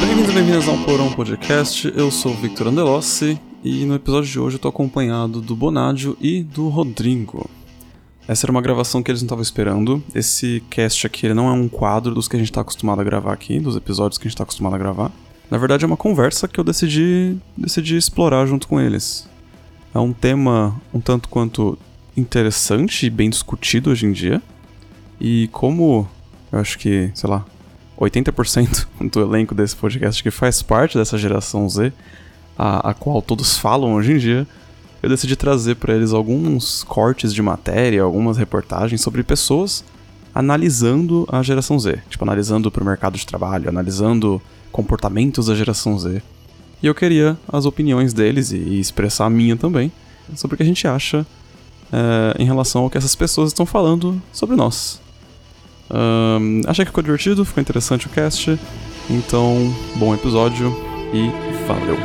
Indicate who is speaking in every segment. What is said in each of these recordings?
Speaker 1: Bem-vindos ao Porão Podcast, eu sou o Victor Andelossi e no episódio de hoje eu tô acompanhado do Bonádio e do Rodrigo. Essa era uma gravação que eles não estavam esperando. Esse cast aqui ele não é um quadro dos que a gente tá acostumado a gravar aqui, dos episódios que a gente tá acostumado a gravar. Na verdade é uma conversa que eu decidi, decidi explorar junto com eles. É um tema um tanto quanto interessante e bem discutido hoje em dia. E como eu acho que, sei lá, 80% do elenco desse podcast que faz parte dessa geração Z, a, a qual todos falam hoje em dia, eu decidi trazer para eles alguns cortes de matéria, algumas reportagens sobre pessoas analisando a geração Z, tipo analisando para o mercado de trabalho, analisando comportamentos da geração Z. E eu queria as opiniões deles e, e expressar a minha também sobre o que a gente acha eh, em relação ao que essas pessoas estão falando sobre nós. Ahn, achei que ficou divertido, ficou interessante o cast. Então, bom episódio e valeu.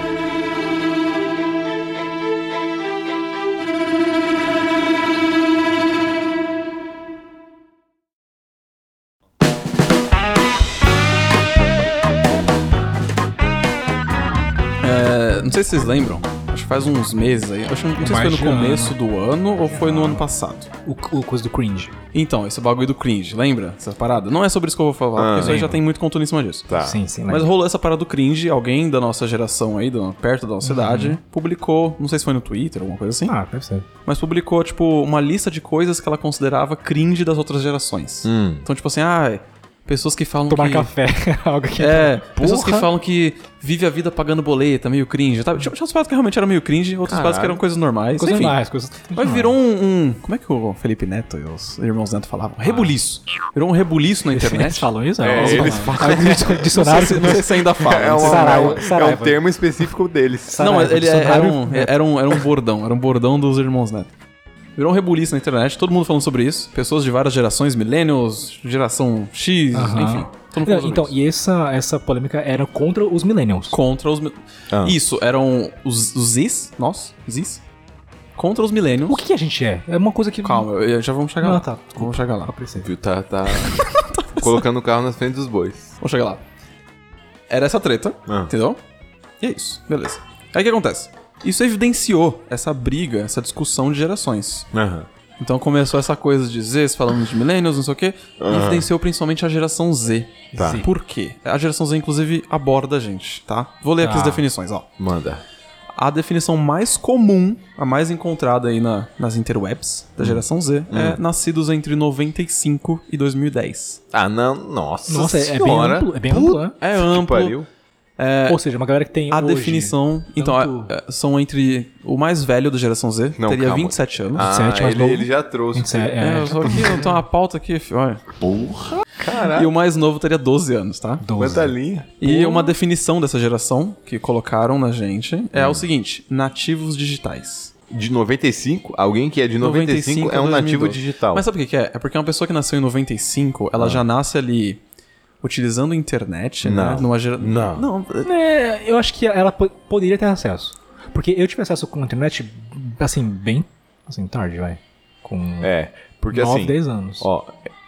Speaker 1: É, não sei se vocês lembram, acho que faz uns meses aí. Acho, que- não sei se foi
Speaker 2: Mais
Speaker 1: no
Speaker 2: de ano.
Speaker 1: começo do ano ou foi no ano passado.
Speaker 2: O, o coisa do cringe.
Speaker 1: Então, esse bagulho do cringe, lembra? Essa parada? Não é sobre isso que eu vou falar,
Speaker 2: Ah,
Speaker 1: porque isso aí já tem muito conteúdo em cima disso. Tá.
Speaker 2: Sim, sim.
Speaker 1: Mas rolou essa parada do cringe, alguém da nossa geração aí, do- perto da nossa
Speaker 2: Uhum.
Speaker 1: idade, publicou, não sei se foi no Twitter, alguma coisa assim,
Speaker 2: Ah, deve ser.
Speaker 1: mas publicou, tipo, uma lista de coisas que ela considerava cringe das outras gerações. Então, tipo assim, ah, pessoas que falam
Speaker 2: Hum. Tomar
Speaker 1: que...
Speaker 2: café. Algo que.
Speaker 1: É, pessoas que
Speaker 2: Porra.
Speaker 1: falam que vive a vida pagando boleta, meio cringe, tá? Tinha tinha umas paradas que realmente eram meio cringe, outras paradas que eram coisas normais,
Speaker 2: Coisas
Speaker 1: enfim.
Speaker 2: mais, coisas.
Speaker 1: Mas virou um, um- Como é que o Felipe Neto e os irmãos Neto
Speaker 2: Ah.
Speaker 1: falavam? Rebuliço. Virou um rebuliço na
Speaker 2: Eles
Speaker 1: internet.
Speaker 2: falam isso?
Speaker 3: É,
Speaker 2: Eles
Speaker 3: eles
Speaker 2: falam. Aí, Dicionário.
Speaker 1: Não sei se- não sei se ainda fala.
Speaker 3: É,
Speaker 1: não sei
Speaker 3: uma-
Speaker 1: se-
Speaker 2: Saraiva,
Speaker 3: é um- é
Speaker 2: Saraiva.
Speaker 3: um termo específico deles.
Speaker 1: Não, mas
Speaker 2: Saraiva,
Speaker 1: ele é- era
Speaker 2: dicionário.
Speaker 1: um, era, um, era um bordão, era um bordão dos irmãos Neto. Virou um rebuliço na internet, todo mundo falando sobre isso. Pessoas de várias gerações, millennials, geração X,
Speaker 2: Aham.
Speaker 1: enfim. Todo mundo
Speaker 2: Não,
Speaker 1: falando sobre
Speaker 2: então,
Speaker 1: isso.
Speaker 2: e essa, essa polêmica era contra os millennials.
Speaker 1: Contra os... mi-
Speaker 3: Ah.
Speaker 1: Isso, eram os, os Zs, nós, Zs, contra os millennials.
Speaker 2: O que, que a gente é? É uma coisa que.
Speaker 1: Calma, eu- eu- já vamos chegar
Speaker 2: Não,
Speaker 1: lá.
Speaker 2: tá,
Speaker 1: Vamos chegar lá.
Speaker 2: Apreciei.
Speaker 3: Viu? Tá, tá colocando o carro na frente dos bois.
Speaker 1: Vamos chegar lá. Era essa treta,
Speaker 3: Ah.
Speaker 1: entendeu? E é isso, beleza. Aí o que acontece? Isso evidenciou essa briga, essa discussão de gerações. Então começou essa coisa de Zs falando de millennials, não sei o quê, e evidenciou principalmente a geração Z.
Speaker 3: Tá.
Speaker 1: Sim. Por quê? A geração Z, inclusive, aborda a gente, tá? Vou ler aqui
Speaker 2: Tá.
Speaker 1: as definições, ó.
Speaker 3: Manda.
Speaker 1: A definição mais comum, a mais encontrada aí na- nas interwebs
Speaker 3: Hum.
Speaker 1: da geração Z, é nascidos entre 95 e 2010.
Speaker 3: Ah, não. Nossa,
Speaker 2: Nossa, é bem
Speaker 3: senhora.
Speaker 2: amplo. É bem amplo, né?
Speaker 1: É
Speaker 3: Que
Speaker 1: amplo,
Speaker 3: pariu.
Speaker 2: Ou seja, uma galera que tem.
Speaker 1: A
Speaker 2: hoje-
Speaker 1: definição. Então,
Speaker 2: Tanto-
Speaker 1: é, é, são entre. O mais velho da geração Z
Speaker 3: Não,
Speaker 1: teria
Speaker 3: calma.
Speaker 1: 27 anos.
Speaker 3: Ah,
Speaker 2: 27, mais
Speaker 3: ele,
Speaker 2: novo.
Speaker 3: ele já trouxe.
Speaker 2: Gente, é,
Speaker 1: É,
Speaker 2: é,
Speaker 1: eu só aqui, eu tenho uma pauta aqui, fi, olha.
Speaker 3: Porra.
Speaker 1: E
Speaker 3: Caralho.
Speaker 1: o mais novo teria 12 anos, tá?
Speaker 2: 12.
Speaker 3: Quanta linha.
Speaker 1: E uma definição dessa geração que colocaram na gente
Speaker 3: Hum.
Speaker 1: é o seguinte: nativos digitais.
Speaker 3: De 95? Alguém que é de 95, é um
Speaker 1: 2012.
Speaker 3: nativo digital. Ah.
Speaker 1: Mas sabe o que, que é? É porque uma pessoa que nasceu em 95, ela já nasce ali utilizando internet, né?
Speaker 3: Não.
Speaker 1: Numa gera...
Speaker 3: Não.
Speaker 1: Não,
Speaker 2: É, eu acho que ela po- poderia ter acesso. Porque eu tive acesso com a internet, assim, bem. Assim, tarde, vai. Com
Speaker 3: É, porque
Speaker 2: 9,
Speaker 3: assim...
Speaker 2: 10 anos.
Speaker 3: Ó,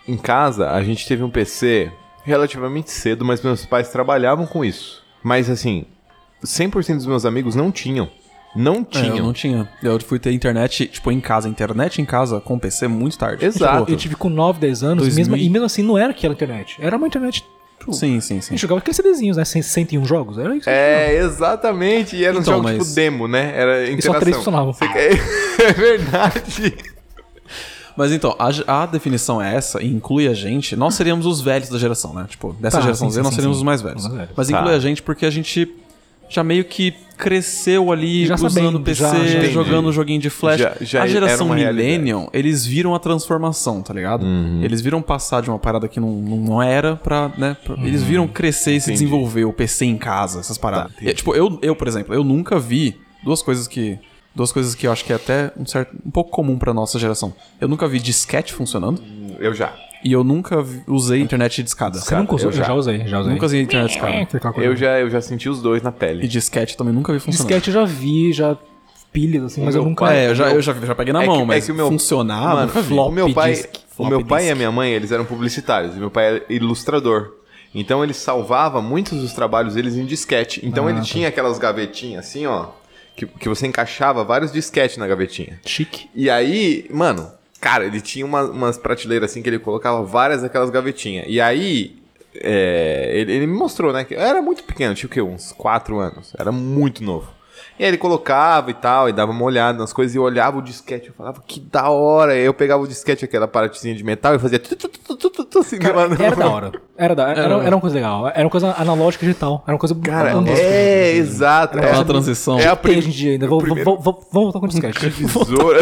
Speaker 3: em casa a gente teve um PC relativamente cedo, mas meus pais trabalhavam com isso. Mas assim, 100% dos meus amigos não tinham. Não
Speaker 1: É, eu
Speaker 3: tinham.
Speaker 1: não tinha. Eu fui ter internet, tipo, em casa. Internet em casa com PC muito tarde. Tipo,
Speaker 3: Exato.
Speaker 2: Tá? Eu tive com 9, 10 anos,
Speaker 1: 2000.
Speaker 2: mesmo- e mesmo assim não era aquela internet. Era uma internet.
Speaker 1: Tipo, sim, sim,
Speaker 2: A
Speaker 1: sim.
Speaker 2: gente jogava aqueles CDzinhos, né? 101 jogos. Era isso.
Speaker 3: É, exatamente. E era um
Speaker 1: Então,
Speaker 3: jogo
Speaker 1: mas-
Speaker 3: tipo demo, né? Era
Speaker 2: E só
Speaker 3: interação.
Speaker 2: três funcionavam.
Speaker 3: É, verdade.
Speaker 1: Mas então, a, a definição é essa e inclui a gente. Nós seríamos os velhos da geração, né? Tipo, dessa
Speaker 2: Tá,
Speaker 1: geração
Speaker 2: sim,
Speaker 1: Z,
Speaker 2: sim,
Speaker 1: nós
Speaker 2: sim,
Speaker 1: seríamos
Speaker 2: sim.
Speaker 1: os mais velhos.
Speaker 2: Os mais velhos.
Speaker 1: Mas
Speaker 3: Tá.
Speaker 1: inclui a gente porque a gente já meio que cresceu ali
Speaker 2: Já
Speaker 1: usando
Speaker 2: sabendo,
Speaker 1: PC,
Speaker 2: já, já.
Speaker 1: jogando
Speaker 3: Entendi.
Speaker 1: joguinho de flash.
Speaker 3: Já- já
Speaker 1: a
Speaker 3: era
Speaker 1: geração
Speaker 3: uma
Speaker 1: Millennium, eles viram a transformação, tá ligado?
Speaker 2: Uhum.
Speaker 1: Eles viram passar de uma parada que não, não não era pra, né? pra- Eles viram crescer e se desenvolver, o PC em casa, essas paradas.
Speaker 3: Tá, entendi.
Speaker 1: E, tipo, eu, eu, por exemplo, eu nunca vi duas coisas que. Duas coisas que eu acho que é até um certo. um pouco comum pra nossa geração. Eu nunca vi disquete funcionando
Speaker 3: Eu já.
Speaker 1: e eu nunca vi- usei internet de escada.
Speaker 2: Você nunca usou?
Speaker 3: eu
Speaker 2: Eu
Speaker 3: já.
Speaker 2: já usei, já
Speaker 3: né?
Speaker 2: usei.
Speaker 1: Nunca usei internet de escada.
Speaker 2: Foi aquela coisa.
Speaker 3: Eu já, eu já senti os dois na
Speaker 1: E
Speaker 3: pele.
Speaker 1: disquete eu também nunca vi funcionando.
Speaker 2: Disquete eu já vi, já pilhas, assim, mas eu
Speaker 3: meu
Speaker 2: nunca.
Speaker 3: pai-
Speaker 1: É, eu já, eu já, já peguei na
Speaker 3: É
Speaker 1: mão,
Speaker 3: que- é
Speaker 1: mas
Speaker 3: que o meu-
Speaker 1: funcionava.
Speaker 3: Mano,
Speaker 1: nunca vi.
Speaker 3: o meu
Speaker 1: Floppy
Speaker 3: pai,
Speaker 1: disk,
Speaker 3: o meu
Speaker 1: floppy
Speaker 3: pai é e a
Speaker 1: disk.
Speaker 3: minha mãe, eles eram publicitários. E meu pai era ilustrador. Então ele salvava muitos dos trabalhos deles em disquete. Então
Speaker 2: Ah,
Speaker 3: ele
Speaker 2: tá.
Speaker 3: tinha aquelas gavetinhas assim, ó, que, que você encaixava vários disquetes na gavetinha.
Speaker 2: Chique.
Speaker 3: E aí, mano, cara, ele tinha uma- umas prateleiras assim que ele colocava várias daquelas gavetinhas. E aí, é, ele, ele me mostrou, né? Que eu era muito pequeno, tinha o quê? Uns 4 anos. Era muito novo. E aí ele colocava e tal, e dava uma olhada nas coisas, e eu olhava o disquete, eu falava, que da hora. E aí eu pegava o disquete, aquela partezinha de metal, e fazia... tu, tu, tu, tu, tu, tu, assim, mano.
Speaker 2: Era da hora. Era, da, era, era uma coisa legal. Era uma coisa analógica digital. Era uma coisa.
Speaker 3: Cara,
Speaker 2: uma-
Speaker 3: é, exato.
Speaker 1: É uma
Speaker 3: a-
Speaker 1: transição.
Speaker 3: É a
Speaker 2: Tem
Speaker 3: prim-
Speaker 2: hoje em dia ainda. Vou, vou,
Speaker 3: primeiro-
Speaker 2: vou, vou- vou voltar com o disquete.
Speaker 3: tesoura.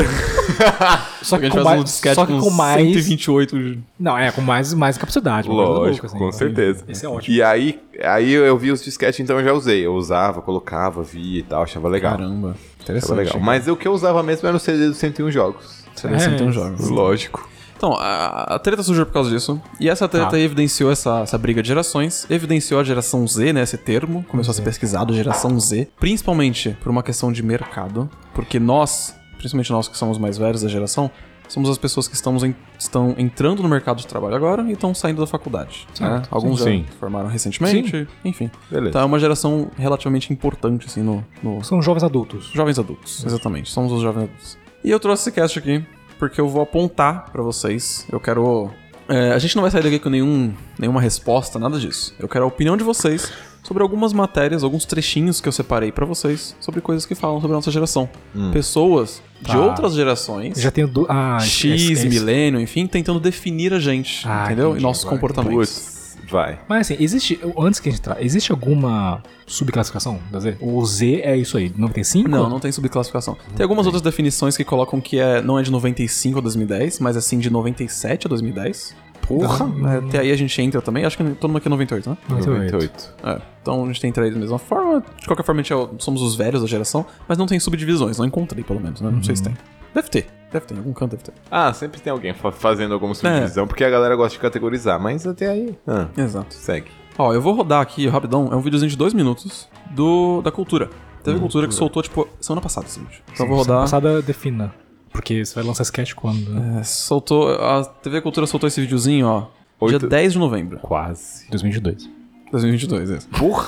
Speaker 2: Só
Speaker 1: A
Speaker 2: que
Speaker 1: gente faz um
Speaker 2: com mais.
Speaker 1: disquete
Speaker 2: Só que
Speaker 1: com
Speaker 2: com mais.
Speaker 1: 128
Speaker 2: Não, é, com mais, mais capacidade. uma coisa
Speaker 3: Lógico,
Speaker 2: louca, assim.
Speaker 3: com certeza.
Speaker 2: Esse é ótimo.
Speaker 3: E aí, aí eu vi os disquetes, então eu já usei. Eu usava, colocava, via e tal, achava legal.
Speaker 1: Caramba.
Speaker 3: achava
Speaker 1: Interessante.
Speaker 3: legal. Mas o que eu usava mesmo era o CD dos 101 jogos.
Speaker 1: Você deve sentir um
Speaker 2: É.
Speaker 1: jogo.
Speaker 3: Lógico.
Speaker 1: Então, a, a treta surgiu por causa disso. E essa treta
Speaker 3: Tá.
Speaker 2: Ah.
Speaker 1: evidenciou essa, essa briga de gerações, evidenciou a geração Z, né? Esse termo. Começou a
Speaker 3: Uhum.
Speaker 1: ser pesquisado, geração Z. Principalmente por uma questão de mercado. Porque nós, principalmente nós que somos mais velhos da geração, somos as pessoas que estamos en- estão entrando no mercado de trabalho agora e estão saindo da faculdade. Né?
Speaker 2: Certo.
Speaker 1: Alguns
Speaker 3: Sim,
Speaker 1: já
Speaker 3: sim.
Speaker 1: formaram recentemente, enfim.
Speaker 3: Beleza.
Speaker 1: Então é uma geração relativamente importante, assim, no, no
Speaker 2: São jovens adultos.
Speaker 1: Jovens adultos, exatamente. Somos os jovens adultos. E eu trouxe esse cast aqui porque eu vou apontar pra vocês. Eu quero. é, a gente não vai sair daqui com nenhum, nenhuma resposta, nada disso. Eu quero a opinião de vocês sobre algumas matérias, alguns trechinhos que eu separei pra vocês sobre coisas que falam sobre a nossa geração. Pessoas de
Speaker 2: Tá.
Speaker 1: outras gerações,
Speaker 2: Já tenho. Du... Ah,
Speaker 1: X,
Speaker 2: esquece, esquece.
Speaker 1: milênio, enfim, tentando definir a gente,
Speaker 2: Ah,
Speaker 1: entendeu? E
Speaker 2: entendi
Speaker 1: nossos
Speaker 2: agora.
Speaker 1: comportamentos.
Speaker 3: Putz, vai.
Speaker 2: Mas assim, existe. Antes que a gente tra... existe alguma subclassificação da Z? O Z é isso aí, 95?
Speaker 1: Não, não tem subclassificação. Tem algumas outras definições que colocam que é, não é de 95 a 2010, mas assim de 97 a 2010. Porra! né? Até aí a gente entra também. Acho que todo mundo aqui é 98, né?
Speaker 2: 98.
Speaker 3: 98.
Speaker 1: É. Então a gente tem três da mesma forma. De qualquer forma, a gente é o- somos os velhos da geração, mas não tem subdivisões. Não encontrei, pelo menos, né? Não sei se tem. Deve ter. Deve ter. Em algum canto deve ter.
Speaker 3: Ah, sempre tem alguém fa- fazendo
Speaker 1: É.
Speaker 3: alguma subdivisão, porque a galera gosta de categorizar, mas até aí. Ah,
Speaker 1: Exato.
Speaker 3: segue.
Speaker 1: Ó, eu vou rodar aqui rapidão. É um videozinho de dois minutos do da cultura. Teve cultura que soltou, tipo, semana passada esse vídeo. Então eu vou rodar.
Speaker 2: Passada defina. Porque você vai lançar sketch quando? Né?
Speaker 1: É, soltou. A TV Cultura soltou esse videozinho, ó. Dia
Speaker 3: Oito-
Speaker 1: 10 de novembro.
Speaker 3: Quase.
Speaker 2: 2022.
Speaker 1: 2022, é.
Speaker 3: Porra!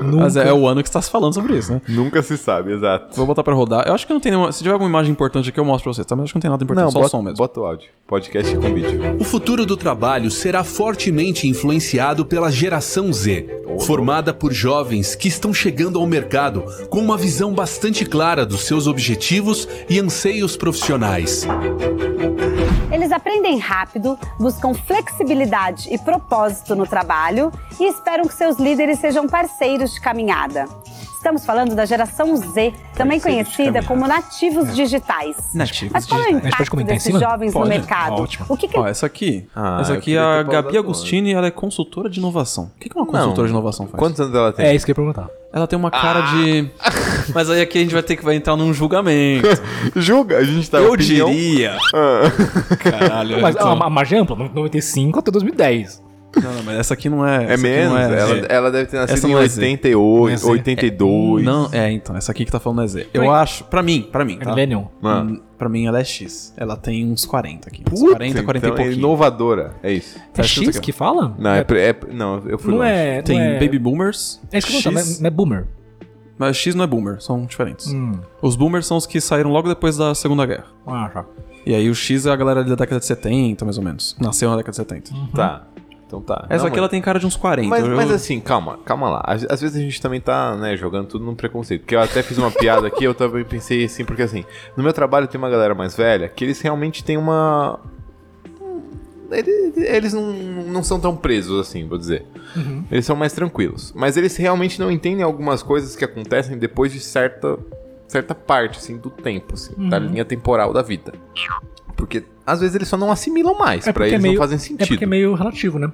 Speaker 1: Mas é, é o ano que está se falando sobre isso, né?
Speaker 3: Nunca se sabe, exato.
Speaker 1: Vou botar pra rodar. Eu acho que não tem nenhuma. Se tiver alguma imagem importante aqui, eu mostro pra vocês, tá? Mas acho que não tem nada importante, só o
Speaker 3: bota,
Speaker 1: som mesmo.
Speaker 3: bota o áudio. Podcast com vídeo.
Speaker 4: O futuro do trabalho será fortemente influenciado pela geração Z, formada por jovens que estão chegando ao mercado com uma visão bastante clara dos seus objetivos e anseios profissionais.
Speaker 5: Eles aprendem rápido, buscam flexibilidade e propósito no trabalho e esperam que seus líderes sejam parceiros de caminhada. Estamos falando da geração Z, também
Speaker 3: Parceiros de
Speaker 5: conhecida
Speaker 3: caminhada.
Speaker 5: como nativos digitais.
Speaker 1: Nativos
Speaker 5: Mas qual é
Speaker 2: digitais.
Speaker 5: o
Speaker 2: A gente pode
Speaker 5: impacto
Speaker 2: comentar em
Speaker 5: desses
Speaker 2: cima?
Speaker 5: jovens
Speaker 1: Pode.
Speaker 5: no mercado?
Speaker 2: Ótimo.
Speaker 5: O que, que
Speaker 1: Ó, essa aqui.
Speaker 3: Ah,
Speaker 1: essa
Speaker 3: eu
Speaker 1: aqui é
Speaker 3: queria ter
Speaker 1: a
Speaker 3: pausado
Speaker 1: Gabi
Speaker 3: antes.
Speaker 1: Agostini, ela é consultora de inovação. O que que uma consultora de inovação faz?
Speaker 3: Quantos anos ela tem?
Speaker 2: É isso que eu ia perguntar.
Speaker 1: Ela tem uma cara
Speaker 3: Ah.
Speaker 1: de. Mas aí aqui a gente vai ter que vai entrar num julgamento.
Speaker 3: Julga, a gente tá
Speaker 1: eu
Speaker 3: opinião. Ah.
Speaker 1: diria. Caralho,
Speaker 2: Mas
Speaker 1: então-
Speaker 2: a, a margem é ampla, 95 até 2010.
Speaker 1: Não, não, mas essa aqui não é.
Speaker 3: É
Speaker 1: essa aqui
Speaker 3: menos,
Speaker 1: Não é,
Speaker 3: ela,
Speaker 1: é.
Speaker 3: ela deve ter
Speaker 1: Essa
Speaker 3: nascido
Speaker 1: não
Speaker 3: em
Speaker 1: é Z.
Speaker 3: 88,
Speaker 2: Não é Z.
Speaker 3: 82.
Speaker 1: Não, é, então, essa aqui que tá falando é Z. Eu acho, pra mim, pra mim,
Speaker 2: É
Speaker 1: tá?
Speaker 2: Millennium.
Speaker 3: Mano,
Speaker 1: Hum, Pra mim ela é X. Ela tem uns 40 aqui. Uns
Speaker 3: Ah. puta,
Speaker 1: 40, 40
Speaker 3: então
Speaker 1: e
Speaker 3: é
Speaker 1: pouquinho.
Speaker 3: inovadora, é isso.
Speaker 1: Tá
Speaker 2: É
Speaker 1: escrito
Speaker 2: X
Speaker 1: aqui, ó.
Speaker 2: que fala?
Speaker 3: Não, é, pre- é- não eu fui
Speaker 2: Não
Speaker 3: longe.
Speaker 2: é.
Speaker 1: Tem
Speaker 2: não é,
Speaker 1: baby boomers.
Speaker 2: É isso que eu ia perguntar,
Speaker 1: X,
Speaker 2: mas- mas é boomer.
Speaker 1: mas X não é boomer, são diferentes.
Speaker 2: Hum.
Speaker 1: Os boomers são os que saíram logo depois da Segunda Guerra.
Speaker 2: Ah, já.
Speaker 1: E aí o X é a galera da década de 70, mais ou menos. Nasceu na década de 70.
Speaker 3: Tá, então tá.
Speaker 1: Uhum. Essa
Speaker 3: Não,
Speaker 1: aqui ela tem cara de uns 40.
Speaker 3: Mas,
Speaker 1: então, eu-
Speaker 3: mas assim, calma, calma lá. Às, às vezes a gente também tá, né, jogando tudo num preconceito. Porque eu até fiz uma piada aqui, eu também pensei assim, porque assim, no meu trabalho tem uma galera mais velha que eles realmente têm uma. Eles, eles não, não são tão presos assim, vou dizer.
Speaker 2: Uhum.
Speaker 3: Eles são mais tranquilos. Mas eles realmente não entendem algumas coisas que acontecem depois de certa, certa parte, assim, do tempo, assim, da
Speaker 2: Uhum.
Speaker 3: linha temporal da vida. Porque às vezes eles só não assimilam mais.
Speaker 2: É
Speaker 3: pra
Speaker 2: porque
Speaker 3: eles
Speaker 2: é meio,
Speaker 3: não fazem
Speaker 2: É porque é
Speaker 3: sentido.
Speaker 2: meio relativo, né?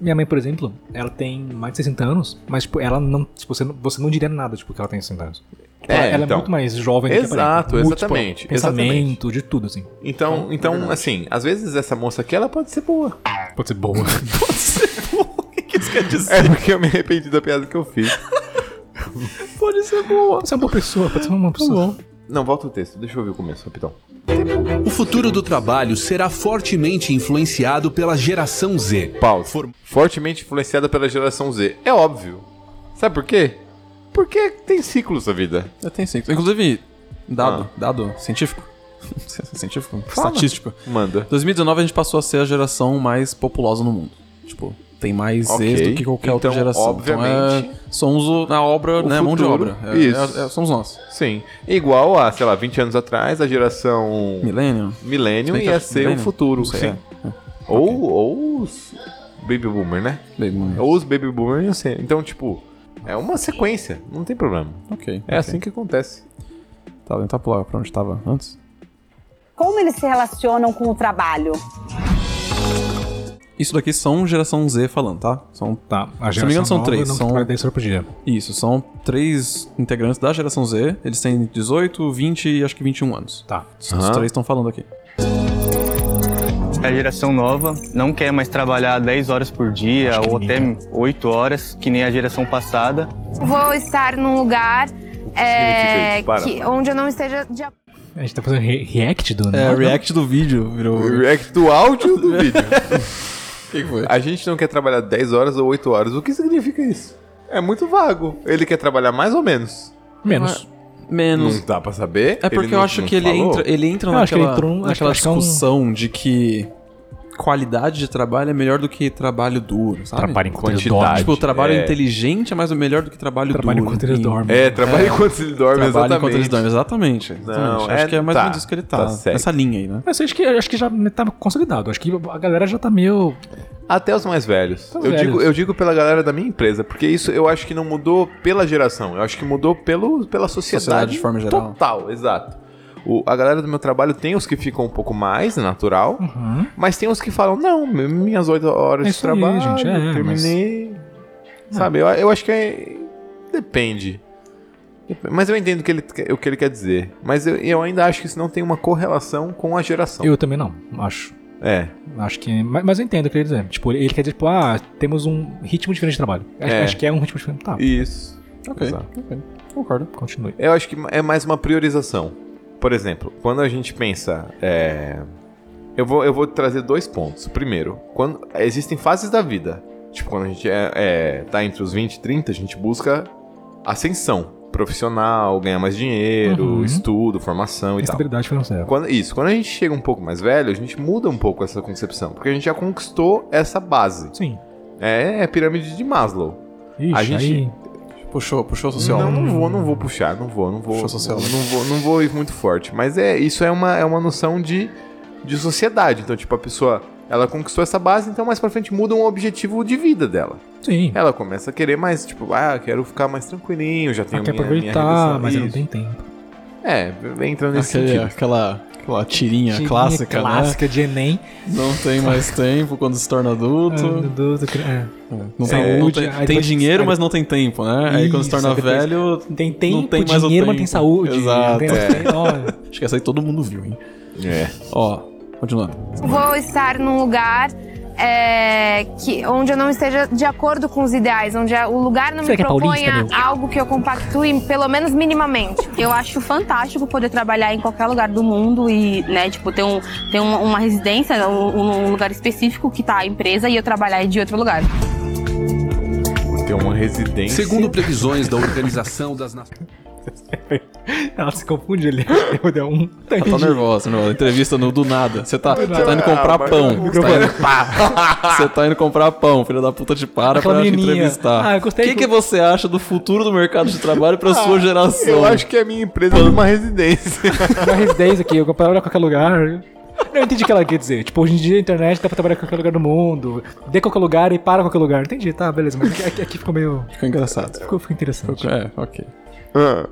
Speaker 2: Minha mãe, por exemplo, ela tem mais de 60 anos, mas tipo, ela não. Tipo, você, não você não diria nada, tipo, que ela tem 60 anos.
Speaker 3: É,
Speaker 2: ela, ela é
Speaker 3: então.
Speaker 2: muito mais jovem do que aparenta.
Speaker 3: Exato,
Speaker 2: Muito,
Speaker 3: exatamente,
Speaker 2: Tipo, pensamento, de tudo, assim.
Speaker 3: Então, então assim, às vezes essa moça aqui, ela pode ser boa.
Speaker 2: Pode ser boa.
Speaker 1: o que que isso quer dizer?
Speaker 3: É porque eu me arrependi da piada que eu fiz.
Speaker 1: Pode ser boa.
Speaker 2: pode ser é uma boa pessoa, pode ser uma pessoa.
Speaker 3: Tá Não, volta o texto. Deixa eu ouvir o começo, rapidão.
Speaker 4: O futuro do trabalho será fortemente influenciado pela geração Z.
Speaker 3: Pausa.
Speaker 4: For-
Speaker 3: Fortemente influenciada pela geração Z. É óbvio. Sabe por quê? Porque tem ciclos da vida.
Speaker 1: Já tem sim. Inclusive, dado, dado científico. científico?
Speaker 3: Ah. Fala.
Speaker 1: Estatístico.
Speaker 3: Manda.
Speaker 1: 2019 a gente passou a ser a geração mais populosa no mundo. Tipo, tem mais
Speaker 3: Ok.
Speaker 1: ex do que qualquer outra
Speaker 3: Então,
Speaker 1: geração.
Speaker 3: obviamente,
Speaker 1: então, é, somos o- na obra,
Speaker 3: o
Speaker 1: né? Mão de
Speaker 3: futuro.
Speaker 1: obra. É-
Speaker 3: Isso.
Speaker 1: é- é- somos nós.
Speaker 3: Sim. Igual a, sei lá, 20 anos atrás, a geração
Speaker 1: Millennium.
Speaker 3: milênio
Speaker 1: Bem que
Speaker 3: ia
Speaker 1: acho-
Speaker 3: ser o
Speaker 1: millennium?
Speaker 3: futuro.
Speaker 1: Não sei,
Speaker 3: sim.
Speaker 1: é.
Speaker 3: Ou, ou os baby boomer, né?
Speaker 1: Bem, mano.
Speaker 3: Ou os baby boomer iam ser. Então, tipo, é uma sequência. Não tem problema.
Speaker 1: Ok.
Speaker 3: É assim que acontece.
Speaker 1: Tá, tentar pular pra onde tava antes.
Speaker 5: Como eles se relacionam com o trabalho?
Speaker 1: Isso daqui são geração Z falando, tá? São
Speaker 2: Tá, a
Speaker 1: Se não me engano, são
Speaker 2: nova
Speaker 1: três,
Speaker 2: Não
Speaker 1: são-
Speaker 2: trabalha 10 horas por dia.
Speaker 1: Isso, são três integrantes da geração Z. Eles têm 18, 20 e acho que 21 anos.
Speaker 2: Tá.
Speaker 1: Os
Speaker 3: Aham.
Speaker 1: três estão falando aqui.
Speaker 6: A geração nova não quer mais trabalhar 10 horas por dia ou até 8 horas, que nem a geração passada.
Speaker 7: Vou estar num lugar
Speaker 3: significa
Speaker 7: é,
Speaker 3: isso? Para.
Speaker 7: que- onde eu não esteja de acordo.
Speaker 2: A gente tá fazendo re- react do. né?
Speaker 1: É, react do vídeo virou.
Speaker 3: React É do áudio ou do vídeo.
Speaker 1: O que que foi?
Speaker 3: A gente não quer trabalhar 10 horas ou 8 horas. O que significa isso? É muito vago. Ele quer trabalhar mais ou menos.
Speaker 1: é
Speaker 2: Menos.
Speaker 1: Menos.
Speaker 3: Não dá pra saber.
Speaker 1: É porque
Speaker 3: Hum. Ele
Speaker 1: eu
Speaker 3: não-
Speaker 1: acho
Speaker 3: não
Speaker 1: que ele
Speaker 3: falou.
Speaker 1: entra, ele entra
Speaker 2: Eu acho que
Speaker 1: naquela,
Speaker 2: ele entrou num- acho
Speaker 1: naquela
Speaker 2: que é um-
Speaker 1: discussão de que qualidade de trabalho é melhor do que trabalho duro, sabe?
Speaker 2: Trabalho enquanto eles
Speaker 3: Quantidade.
Speaker 2: dormem.
Speaker 1: Tipo, o trabalho
Speaker 3: É.
Speaker 1: inteligente é mais ou melhor do que trabalho,
Speaker 2: Trabalho
Speaker 1: duro.
Speaker 2: enquanto eles
Speaker 1: E-
Speaker 2: dormem.
Speaker 3: É, trabalha enquanto ele dorme,
Speaker 1: Trabalho
Speaker 3: exatamente.
Speaker 1: enquanto eles dormem, exatamente. exatamente. Acho
Speaker 3: é-
Speaker 1: que é mais
Speaker 3: tá,
Speaker 1: ou menos isso que ele tá,
Speaker 3: tá certo.
Speaker 1: nessa linha aí, né?
Speaker 2: Mas eu acho que, eu acho que já tá consolidado. Acho que a galera já tá meio.
Speaker 3: Até os mais velhos.
Speaker 2: os
Speaker 3: eu,
Speaker 2: velhos.
Speaker 3: Digo, eu digo pela galera da minha empresa, porque isso eu acho que não mudou pela geração, eu acho que mudou pelo, pela sociedade.
Speaker 1: Sociedade de forma geral.
Speaker 3: Total, exato. O- a galera do meu trabalho tem os que ficam um pouco mais, é natural,
Speaker 2: Uhum.
Speaker 3: mas tem os que falam, não, mi- minhas oito horas
Speaker 2: É
Speaker 3: de
Speaker 2: isso aí,
Speaker 3: trabalho,
Speaker 2: gente, é,
Speaker 3: eu terminei. Sabe, eu, eu acho que é... Depende. Dep- Mas eu entendo o que ele, o que ele quer dizer. Mas eu, eu ainda acho que isso não tem uma correlação com a geração.
Speaker 2: Eu também não, acho.
Speaker 3: É.
Speaker 2: Acho que. Mas, mas eu entendo o que ele quer dizer. Tipo, ele quer dizer, tipo, ah, temos um ritmo diferente de trabalho. Acho,
Speaker 3: É.
Speaker 2: acho que é um ritmo diferente. Tá,
Speaker 3: Isso.
Speaker 1: Ok,
Speaker 3: Exato.
Speaker 1: ok. Concordo.
Speaker 2: continue.
Speaker 3: Eu acho que é mais uma priorização. Por exemplo, quando a gente pensa. é, Eu, vou, eu vou trazer dois pontos. Primeiro, quando existem fases da vida. Tipo, quando a gente é, é, tá entre os 20 e 30, a gente busca ascensão profissional, ganhar mais dinheiro,
Speaker 2: Uhum.
Speaker 3: estudo, formação e tal.
Speaker 2: Estabilidade um financeira.
Speaker 3: Quando- isso, quando a gente chega um pouco mais velho, a gente muda um pouco essa concepção, porque a gente já conquistou essa base.
Speaker 2: Sim.
Speaker 3: É, a pirâmide de Maslow.
Speaker 2: Ixi,
Speaker 3: A gente-
Speaker 2: aí-
Speaker 1: Puxou, puxou o social.
Speaker 3: Não, não vou, não vou puxar, não vou, não vou.
Speaker 1: Puxa social.
Speaker 3: Não vou, não vou ir muito forte. Mas é isso é uma, é uma noção de, de sociedade. Então, tipo, a pessoa ela conquistou essa base, então mais pra frente muda um objetivo de vida dela.
Speaker 2: Sim.
Speaker 1: É,
Speaker 3: Ela começa a querer mais, tipo, ah, quero ficar mais tranquilinho, já tenho
Speaker 2: Ela quer
Speaker 3: minha, minha
Speaker 2: aproveitar,
Speaker 3: redação,
Speaker 2: mas ela não
Speaker 3: isso.
Speaker 2: tem tempo.
Speaker 3: É, entra nesse
Speaker 1: Aquele-
Speaker 3: sentido.
Speaker 1: aquela, aquela tirinha, clássica, né?
Speaker 2: Clássica de Enem.
Speaker 1: Não tem mais tempo quando se torna adulto.
Speaker 2: Do- do- do- é.
Speaker 1: Não tem,
Speaker 2: Saúde,
Speaker 1: não tem-
Speaker 2: aí
Speaker 1: tem
Speaker 2: depois-
Speaker 1: dinheiro, mas não tem tempo, né? aí quando se
Speaker 2: Isso,
Speaker 1: torna
Speaker 2: aí depois-
Speaker 1: velho,
Speaker 2: Tem tempo,
Speaker 1: não tem mais o
Speaker 2: dinheiro,
Speaker 1: tempo.
Speaker 2: mas tem saúde.
Speaker 1: Exato. é.
Speaker 2: Tem, tem, ó,
Speaker 1: Acho que essa aí todo mundo viu, hein?
Speaker 3: É.
Speaker 1: Ó, continuando. Tá
Speaker 7: Vou estar num lugar é, que, onde eu não esteja de acordo com os ideais, onde a- o lugar não
Speaker 2: Será
Speaker 7: me
Speaker 2: que é paulista,
Speaker 7: proponha
Speaker 2: meu?
Speaker 7: algo que eu compactue, pelo menos minimamente.
Speaker 8: Eu acho fantástico poder trabalhar em qualquer lugar do mundo e, né, tipo, ter, um, ter uma, uma residência, um, um lugar específico que tá a empresa e eu trabalhar de outro lugar.
Speaker 3: Tem uma residência.
Speaker 4: Segundo previsões da Organização das Nações
Speaker 2: Ela se confunde ali. Eu dei um.
Speaker 1: Ela tá nervosa, nervosa. Entrevista no, do nada. Você tá, você tá indo
Speaker 3: Ah,
Speaker 1: comprar
Speaker 3: mas-
Speaker 1: pão. Você tá indo, Você tá indo comprar pão, filha da puta te para
Speaker 2: Aquela
Speaker 1: pra te
Speaker 2: menininha.
Speaker 1: entrevistar.
Speaker 2: Ah, eu
Speaker 1: o
Speaker 2: gostei Ah,
Speaker 1: que,
Speaker 2: que-
Speaker 1: que você acha do futuro do mercado de trabalho pra sua geração?
Speaker 3: Eu acho que a minha empresa é uma residência.
Speaker 2: uma residência aqui, eu comparava qualquer lugar. Não eu entendi o que ela quer dizer. Tipo, hoje em dia a internet dá pra trabalhar em qualquer lugar do mundo, de qualquer lugar e para qualquer lugar. Entendi, tá, beleza, mas aqui, aqui- aqui ficou meio.
Speaker 1: Ficou engraçado.
Speaker 2: Ficou, ficou interessante.
Speaker 1: É, ok.
Speaker 3: Ah.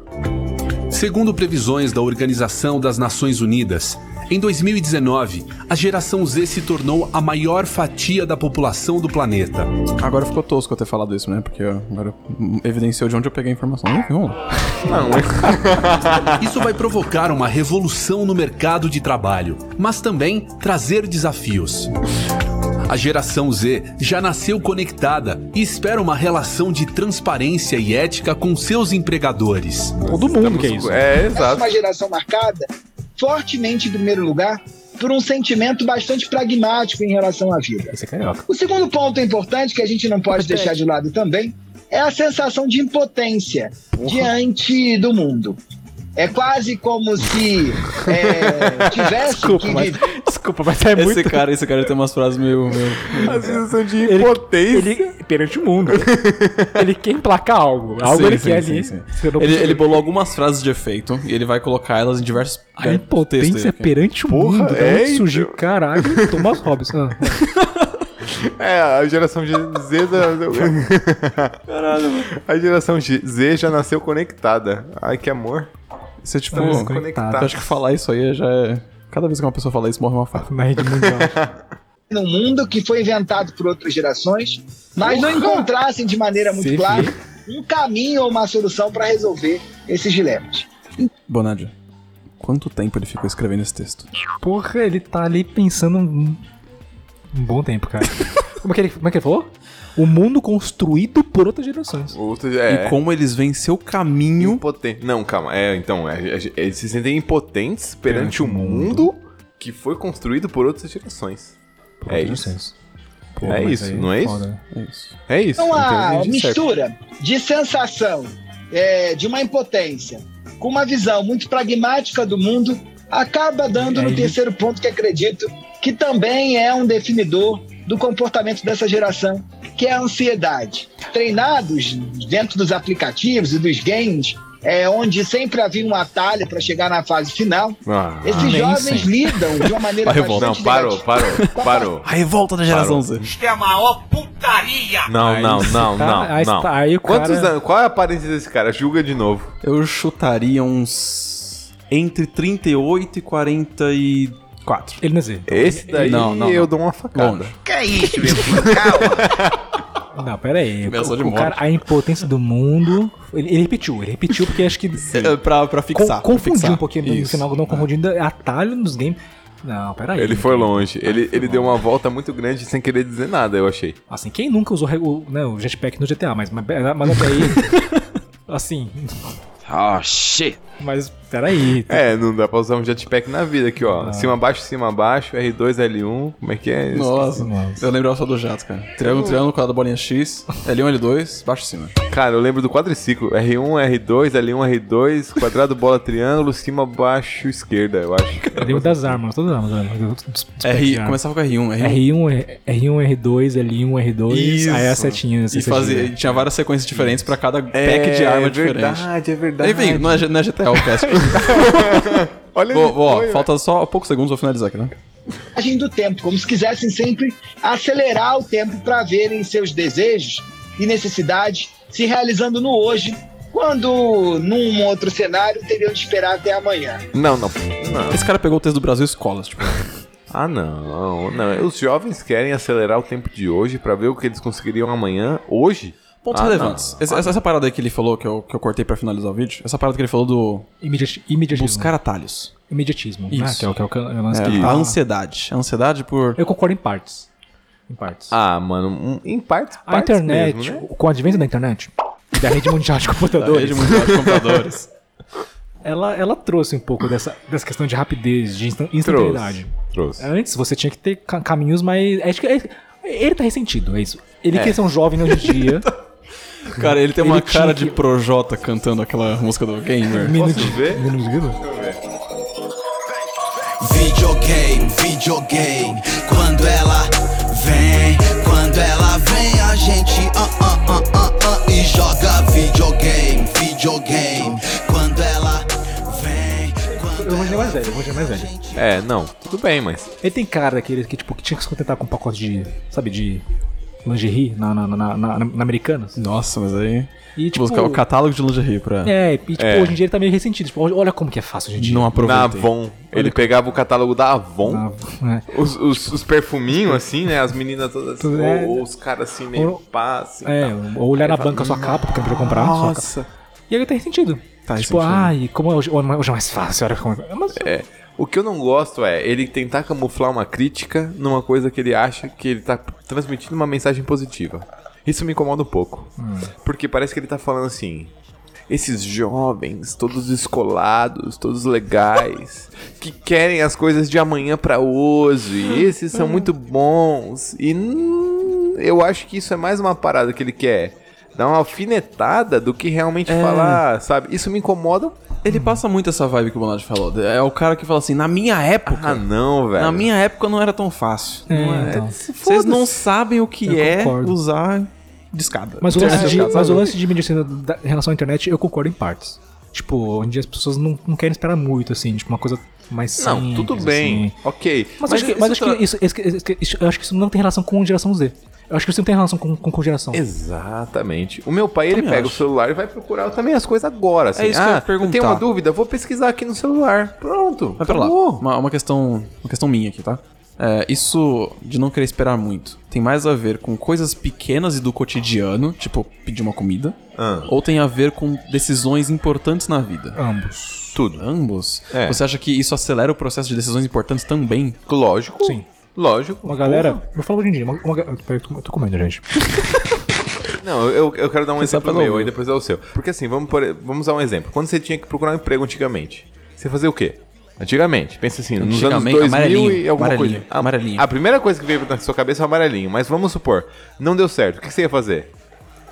Speaker 4: Segundo previsões da Organização das Nações Unidas, em 2019, a geração Z se tornou a maior fatia da população do planeta.
Speaker 1: Agora ficou tosco eu ter falado isso, né? Porque ó, agora hum, evidenciou de onde eu peguei a informação. Não, vamos lá.
Speaker 4: Isso vai provocar uma revolução no mercado de trabalho, mas também trazer desafios. A geração Z já nasceu conectada e espera uma relação de transparência e ética com seus empregadores.
Speaker 1: tá
Speaker 2: Todo mundo que é isso.
Speaker 3: É,
Speaker 9: Essa é
Speaker 3: exato.
Speaker 9: uma geração marcada fortemente em primeiro lugar por um sentimento bastante pragmático em relação à vida.
Speaker 2: Esse é carioca.
Speaker 9: O segundo ponto importante que a gente não pode deixar de lado também é a sensação de impotência diante do mundo. É quase como se é, tivesse
Speaker 2: Desculpa,
Speaker 9: que
Speaker 2: mas,
Speaker 9: viver.
Speaker 2: desculpa, mas é
Speaker 1: Esse
Speaker 2: muito.
Speaker 1: cara, esse cara tem umas frases meio. meio...
Speaker 3: A sensação de
Speaker 2: Ele-
Speaker 3: impotência.
Speaker 2: Ele, perante o mundo. ele quer emplacar algo. Algo
Speaker 1: Sim,
Speaker 2: ele
Speaker 1: sim,
Speaker 2: quer
Speaker 1: sim,
Speaker 2: ali.
Speaker 1: sim.
Speaker 2: Você não
Speaker 1: Ele,
Speaker 2: precisa-
Speaker 1: ele bolou algumas frases de efeito e ele vai colocar elas em diversos.
Speaker 2: A impotência
Speaker 1: textos dele.
Speaker 2: perante o
Speaker 3: Porra,
Speaker 2: mundo. da
Speaker 3: é,
Speaker 2: onde surgiu? Caralho, Thomas Hobbes. Ah,
Speaker 3: É, a geração de Z da. Caralho, mano. A geração de Z já nasceu conectada. Ai, que amor.
Speaker 1: Isso é tipo.
Speaker 2: Tá
Speaker 1: eu
Speaker 2: desconectado.
Speaker 1: acho que falar isso aí já é. Cada vez que uma pessoa fala isso, morre uma faca.
Speaker 2: na rede mundial.
Speaker 9: num mundo que foi inventado por outras gerações, mas não encontrassem de maneira muito
Speaker 2: Sim,
Speaker 9: clara um caminho ou uma solução para resolver esses dilemas.
Speaker 1: Bonadio, quanto tempo ele ficou escrevendo esse texto?
Speaker 2: Porra, ele tá ali pensando um, um bom tempo, cara. como, é que ele, como é que ele falou? O mundo construído por outras gerações.
Speaker 3: Outro, é,
Speaker 1: E como eles veem seu caminho.
Speaker 3: impotente. Não, calma. É, então, é, é, é, eles se sentem impotentes perante o mundo que foi construído por outras gerações.
Speaker 2: Por
Speaker 3: É
Speaker 2: outras
Speaker 3: isso.
Speaker 2: gerações. Pô,
Speaker 3: É
Speaker 2: mas
Speaker 3: isso,
Speaker 2: aí
Speaker 3: não é isso?
Speaker 2: foda.
Speaker 1: É isso.
Speaker 3: É isso.
Speaker 9: Então a
Speaker 3: entendi, certo.
Speaker 9: mistura de sensação é, de uma impotência com uma visão muito pragmática do mundo acaba dando
Speaker 2: E
Speaker 9: no
Speaker 2: aí-
Speaker 9: terceiro ponto que acredito que também é um definidor do comportamento dessa geração, que é a ansiedade. Treinados dentro dos aplicativos e dos games, é, onde sempre havia um atalho para chegar na fase final,
Speaker 3: Ah,
Speaker 9: esses
Speaker 2: nem
Speaker 9: jovens
Speaker 2: sempre.
Speaker 9: lidam de uma maneira
Speaker 1: Vai, revolta.
Speaker 9: bastante
Speaker 3: não, parou,
Speaker 9: negativa.
Speaker 3: parou, parou.
Speaker 1: A revolta da geração Z.
Speaker 3: Não, não, não,
Speaker 2: tá-
Speaker 3: não,
Speaker 2: aí
Speaker 3: não.
Speaker 2: tá- aí o
Speaker 3: Quantos
Speaker 2: cara-
Speaker 3: anos? Qual é a aparência desse cara? Julga de novo.
Speaker 1: Eu chutaria uns. Entre 38 e 44.
Speaker 2: Ele não é Z.
Speaker 3: Esse daí
Speaker 1: Não, não,
Speaker 3: eu
Speaker 1: não.
Speaker 3: dou uma facada.
Speaker 1: Longe.
Speaker 2: Não, pera aí.
Speaker 1: Ameaçou de
Speaker 2: O- o
Speaker 1: morte.
Speaker 2: cara- a impotência do mundo. Ele, ele repetiu, ele repetiu porque acho que.
Speaker 1: É, pra, pra
Speaker 2: con-
Speaker 1: fixar. pra
Speaker 2: confundiu
Speaker 1: fixar.
Speaker 2: um pouquinho no
Speaker 1: Isso.
Speaker 2: final, não confundindo. Atalho nos games. Não, pera aí.
Speaker 3: Ele foi longe. Ele, ele deu uma volta muito grande sem querer dizer nada, eu achei.
Speaker 2: Assim, quem nunca usou re- o, né, o jetpack no GTA, mas, mas, mas até aí. assim.
Speaker 10: Oh, shit.
Speaker 2: Mas peraí.
Speaker 3: É, não dá pra usar um jetpack na vida aqui, ó. Cima abaixo, cima abaixo, R2, L1, como é que é?
Speaker 1: Nossa,
Speaker 2: Nossa.
Speaker 1: eu lembrava só do jato, cara. Triângulo, triângulo, quadrado, bolinha X, L1, L2, baixo e cima.
Speaker 3: Cara, eu lembro do quadriciclo. R1, R2, L1, R2, quadrado, bola, triângulo, cima, baixo, esquerda, eu acho.
Speaker 2: Deu das armas, todas as armas. né? Do- do- do- do-
Speaker 1: R, assim? um,
Speaker 2: de arma.
Speaker 1: começava com R1, R1.
Speaker 2: R1, R- R1, R2, L1, R2, aí é né, as setinhas.
Speaker 1: E
Speaker 2: as
Speaker 1: fazia,
Speaker 2: setinhas.
Speaker 1: e tinha várias sequências diferentes pra cada pack de arma
Speaker 3: é
Speaker 1: diferente.
Speaker 3: verdade, é verdade.
Speaker 1: Enfim, não é, G- não é GTA o cast.
Speaker 3: Olha
Speaker 1: Bom, bom, ó,
Speaker 3: foi, né?
Speaker 1: falta só poucos segundos pra finalizar aqui, né?
Speaker 9: viagem do tempo, como se quisessem sempre acelerar o tempo para verem seus desejos e necessidades se realizando no hoje, quando num outro cenário teriam de esperar até amanhã.
Speaker 3: Não, não. não.
Speaker 1: Esse cara pegou o texto do Brasil Escolas, tipo.
Speaker 3: Ah, não, não. Os jovens querem acelerar o tempo de hoje pra ver o que eles conseguiriam amanhã, hoje.
Speaker 1: Pontos
Speaker 3: Ah,
Speaker 1: relevantes.
Speaker 3: não.
Speaker 1: Essa, essa- essa parada aí que ele falou, que eu, que eu cortei pra finalizar o vídeo, essa parada que ele falou do
Speaker 2: Imediati- imediatismo.
Speaker 1: buscar atalhos.
Speaker 2: Imediatismo. né?
Speaker 1: Isso.
Speaker 2: Que é o que é o can- é o lance
Speaker 1: É,
Speaker 2: que
Speaker 1: a
Speaker 2: Hum. tá-
Speaker 1: ansiedade. A ansiedade por.
Speaker 2: Eu concordo em partes. Em partes.
Speaker 3: Ah, mano, um- em parte,
Speaker 2: a
Speaker 3: partes
Speaker 2: internet,
Speaker 3: mesmo, né?
Speaker 2: com o advento da internet, da rede mundial de computadores,
Speaker 1: Rede mundial de computadores.
Speaker 2: ela, ela trouxe um pouco dessa, dessa questão de rapidez, de instan- instantaneidade.
Speaker 3: Trouxe. Trouxe.
Speaker 2: Antes você tinha que ter ca- caminhos mais. Acho que é- ele tá ressentido, é isso. Ele quer ser um jovem hoje em dia.
Speaker 1: Cara, ele tem uma
Speaker 2: Ele tinha
Speaker 1: cara
Speaker 2: que-
Speaker 1: de Projota cantando aquela música do Gamer.
Speaker 2: Minuto
Speaker 3: Posso ver?
Speaker 2: Minuto de vida.
Speaker 10: Videogame, videogame. Quando ela vem, quando ela vem, a gente ah, ah, ah, ah, ah, e joga videogame, videogame. Quando ela vem,
Speaker 2: Eu
Speaker 10: quando
Speaker 2: vou é mais velho, eu vou mais velho.
Speaker 3: É, não, tudo bem, mas.
Speaker 2: Ele tem cara daquele que, tipo, que tinha que se contentar com um pacote de. Sabe, de. Lingerie na, na, na, na, na, na Americanas.
Speaker 1: Nossa, mas aí.
Speaker 2: E
Speaker 1: Tipo,
Speaker 2: tipo.
Speaker 1: buscar o catálogo de lingerie pra.
Speaker 2: É, e tipo,
Speaker 3: É.
Speaker 2: hoje em dia ele tá meio ressentido. Tipo, olha como que é fácil hoje em dia.
Speaker 1: Não
Speaker 3: Na
Speaker 1: aproveitei.
Speaker 3: Avon. Ele pegava o catálogo da Avon.
Speaker 2: Ah, é.
Speaker 3: Os, os, os perfuminhos, assim, né? As meninas todas assim,
Speaker 2: Tudo é-
Speaker 3: ou, ou os caras assim, meio
Speaker 2: Ou-
Speaker 3: pá, assim.
Speaker 2: É, ou olhar na banca a sua capa, porque não podia comprar. sua capa.
Speaker 1: Nossa.
Speaker 2: E ele tá ressentido.
Speaker 1: Tá
Speaker 2: tipo,
Speaker 1: ressentido.
Speaker 2: ai, como é hoje, hoje é mais fácil, olha como é. Mas,
Speaker 3: O que eu não gosto é ele tentar camuflar uma crítica numa coisa que ele acha que ele tá transmitindo
Speaker 2: Hum.
Speaker 3: uma mensagem positiva. Isso me incomoda um pouco. Porque parece que ele tá falando assim. esses jovens, todos descolados, todos legais, que querem as coisas de amanhã pra hoje. E esses são muito bons. E hum, eu acho que isso é mais uma parada que ele quer. Dar uma alfinetada do que realmente
Speaker 2: É.
Speaker 3: falar, sabe? Isso me incomoda.
Speaker 1: Ele passa muito essa vibe que o Bonatti falou. É o cara que fala assim, na minha época.
Speaker 3: Ah, não, velho.
Speaker 1: Na minha época não era tão fácil. não é?
Speaker 2: então.
Speaker 1: Vocês não sabem o que
Speaker 2: Eu
Speaker 1: é
Speaker 2: concordo.
Speaker 1: usar discada.
Speaker 2: Mas o lance de,
Speaker 1: Discada.
Speaker 2: mas o lance de medicina da- em relação à internet, eu concordo em partes. Tipo, onde as pessoas não, não querem esperar muito, assim, tipo, uma coisa mais
Speaker 3: Não,
Speaker 2: simples,
Speaker 3: tudo bem. tá-
Speaker 2: assim.
Speaker 3: Ok.
Speaker 2: Mas, acho que, mas acho que isso, esse- esse- esse- eu acho que isso não tem relação com geração Z. Eu acho que isso não tem relação com, com, com geração.
Speaker 3: Exatamente. O meu pai, ele
Speaker 1: Também
Speaker 3: pega
Speaker 1: acho.
Speaker 3: o celular e vai procurar também as coisas agora. Assim.
Speaker 1: É isso que eu ia
Speaker 3: ah, eu tenho
Speaker 1: perguntar.
Speaker 3: uma dúvida, vou pesquisar aqui no celular. Pronto.
Speaker 1: Mas pera lá,
Speaker 3: acabou.
Speaker 1: uma, uma questão, uma questão minha aqui, tá? É, isso de não querer esperar muito tem mais a ver com coisas pequenas e do cotidiano, tipo pedir uma comida,
Speaker 3: Ah.
Speaker 1: ou tem a ver com decisões importantes na vida?
Speaker 2: Ambos.
Speaker 1: Tudo. Ambos?
Speaker 3: É.
Speaker 1: Você acha que isso acelera o processo de decisões importantes também?
Speaker 3: Lógico.
Speaker 2: Sim.
Speaker 3: Lógico.
Speaker 2: Uma galera. Vou falar hoje em dia. Uma, uma, ga- peraí, eu tô, eu tô comendo, gente.
Speaker 3: Não, eu, eu quero dar um
Speaker 1: Você tá
Speaker 3: exemplo
Speaker 1: sabe
Speaker 3: meu,
Speaker 1: não,
Speaker 3: aí
Speaker 1: viu?
Speaker 3: depois é o seu. Porque assim, vamos, por- vamos dar um exemplo. Quando você tinha que procurar um emprego antigamente, você fazia o quê? Antigamente, pensa assim, nos anos
Speaker 1: Antigamente,
Speaker 3: 2000 e
Speaker 1: amarelinho,
Speaker 3: alguma
Speaker 1: amarelinho,
Speaker 3: coisa. A-
Speaker 1: amarelinho.
Speaker 3: A primeira coisa que veio na sua cabeça é o amarelinho, mas vamos supor, não deu certo. O que você ia fazer?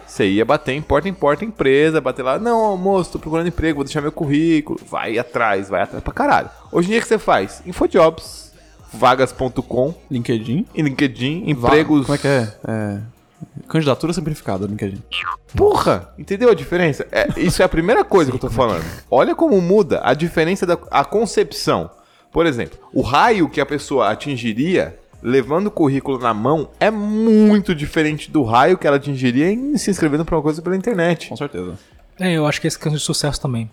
Speaker 3: Você ia bater em porta em porta empresa, bater lá, não, moço, tô procurando emprego, vou deixar meu currículo. Vai atrás, vai atrás pra caralho. Hoje em dia o que você faz? Infojobs, vagas.com,
Speaker 1: LinkedIn?
Speaker 3: em LinkedIn, empregos.
Speaker 1: Como é que é? É, Candidatura simplificada no LinkedIn.
Speaker 3: Porra! Entendeu a diferença? É, isso é a primeira coisa que eu tô falando. Olha como muda a diferença da a concepção. Por exemplo, o raio que a pessoa atingiria levando o currículo na mão é muito diferente do raio que ela atingiria em se inscrevendo pra uma coisa pela internet.
Speaker 1: Com certeza.
Speaker 2: É, eu acho que esse caso de sucesso também.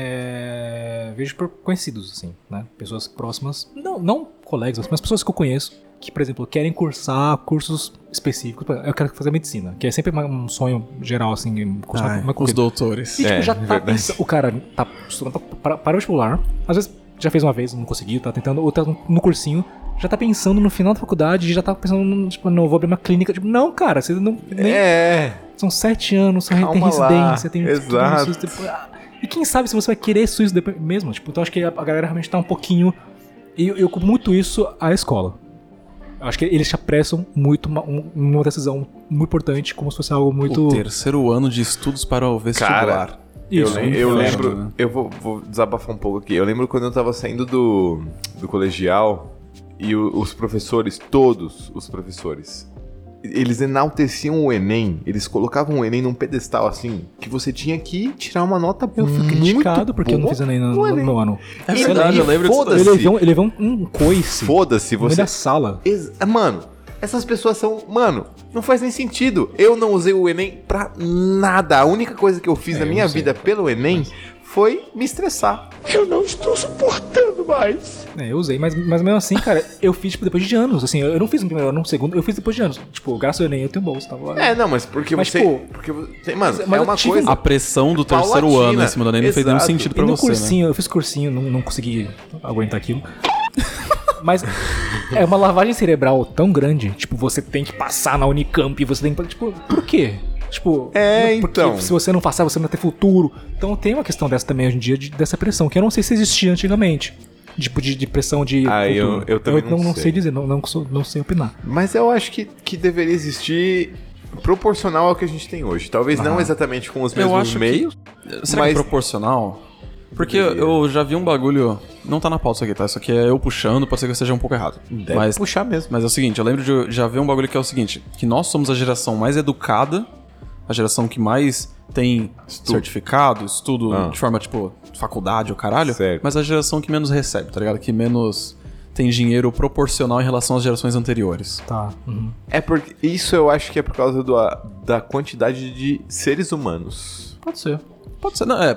Speaker 2: É, vejo por conhecidos, assim, né? Pessoas próximas, não, não colegas, mas pessoas que eu conheço, que, por exemplo, querem cursar cursos específicos. Por exemplo, Eu quero fazer medicina, que é sempre uma- um sonho geral, assim, cursar uma
Speaker 1: os
Speaker 2: coisa.
Speaker 1: doutores.
Speaker 2: E, tipo,
Speaker 3: É,
Speaker 2: já
Speaker 3: Ah, é
Speaker 2: tá
Speaker 3: verdade.
Speaker 2: pensando- O cara tá estudando pra- para, para o vestibular, às vezes já fez uma vez, não conseguiu, tá tentando, ou tá no cursinho, já tá pensando no final da faculdade, já tá pensando, no, tipo, não, eu vou abrir uma clínica. Tipo, não, cara, você não. nem-
Speaker 3: É,
Speaker 2: são sete anos, você tem
Speaker 3: Calma lá,
Speaker 2: residência, tem tudo
Speaker 3: exato.
Speaker 2: isso, tipo, ah, e quem sabe se você vai querer isso, isso depois mesmo? Tipo, então acho que a, a galera realmente tá um pouquinho. E eu, eu culpo muito isso à escola. Eu acho que eles te apressam muito uma, um- uma decisão muito importante, como se fosse algo muito.
Speaker 1: O terceiro ano de estudos para o vestibular.
Speaker 3: Cara, Eu,
Speaker 2: Isso,
Speaker 3: lem- eu
Speaker 1: inferno, né?
Speaker 3: lembro, eu vou, vou desabafar um pouco aqui. Eu lembro quando eu tava saindo do, do colegial e o- os professores, todos os professores, eles enalteciam o Enem. Eles colocavam o Enem num pedestal assim, que você tinha que tirar uma nota
Speaker 2: eu fui
Speaker 3: muito
Speaker 2: criticado porque eu não
Speaker 3: boa
Speaker 2: fiz nem no,
Speaker 3: no
Speaker 2: no
Speaker 3: Enem.
Speaker 2: meu ano.
Speaker 1: É
Speaker 3: E-
Speaker 1: verdade,
Speaker 3: e
Speaker 1: eu lembro disso daí.
Speaker 2: Ele
Speaker 3: Foda-se.
Speaker 2: levou, ele levou um, um coice
Speaker 3: Foda-se,
Speaker 2: no meio
Speaker 3: você
Speaker 2: da sala.
Speaker 3: Ex- é, mano, essas pessoas são. Mano, não faz nem sentido. Eu não usei o Enem pra nada. A única coisa que eu fiz na minha vida pelo Enem foi me estressar.
Speaker 2: É, eu usei, mas, mas mesmo assim, cara, eu fiz tipo, depois de anos. Assim, eu eu não fiz no primeiro ano, no segundo, eu fiz depois de anos. Tipo, graças ao Enem eu tenho bolsa, tá bom?
Speaker 3: É, não, mas porque
Speaker 2: Mas,
Speaker 3: você.
Speaker 2: pô,
Speaker 3: porque você. Mano,
Speaker 2: mas
Speaker 3: é
Speaker 2: eu
Speaker 3: uma
Speaker 2: tive
Speaker 3: coisa.
Speaker 1: A pressão do terceiro
Speaker 3: Paulatina,
Speaker 1: ano em cima do Enem não fez nenhum
Speaker 3: exato.
Speaker 1: sentido
Speaker 2: E
Speaker 1: pra
Speaker 2: no
Speaker 1: você, né?
Speaker 2: cursinho, eu fiz cursinho, não, não consegui aguentar aquilo. Mas é uma lavagem cerebral tão grande, tipo, você tem que passar na Unicamp, você tem que. Tipo, por quê? Tipo,
Speaker 3: É,
Speaker 2: porque
Speaker 3: então.
Speaker 2: se você não passar, você não vai ter futuro. Então tem uma questão dessa também hoje em dia, de- dessa pressão, que eu não sei se existia antigamente. Tipo, de, de pressão de.
Speaker 3: Ah, eu- eu também não
Speaker 2: não,
Speaker 3: sei.
Speaker 2: sei dizer, não, não, sou- não sei opinar.
Speaker 3: Mas eu acho que, que deveria existir proporcional ao que a gente tem hoje. Talvez não exatamente com os
Speaker 1: Eu
Speaker 3: mesmos
Speaker 1: acho que-
Speaker 3: meios.
Speaker 1: Será
Speaker 3: mas-
Speaker 1: que é proporcional? Porque eu já vi um bagulho. Não tá na pauta isso aqui, tá? Isso aqui é eu puxando, pode ser que eu esteja um pouco errado.
Speaker 3: Deve
Speaker 1: mas,
Speaker 3: puxar mesmo.
Speaker 1: mas é o seguinte, eu lembro de eu já ver um bagulho que é o seguinte: que nós somos a geração mais educada, a geração que mais tem certificado, estudo
Speaker 3: Ah.
Speaker 1: de forma, tipo, faculdade ou caralho,
Speaker 3: Certo.
Speaker 1: mas a geração que menos recebe, tá ligado? Que menos tem dinheiro proporcional em relação às gerações anteriores.
Speaker 2: Tá. uhum.
Speaker 3: É porque. Isso eu acho que é por causa do, a- da quantidade de seres humanos.
Speaker 1: Pode ser. Pode ser, não, é,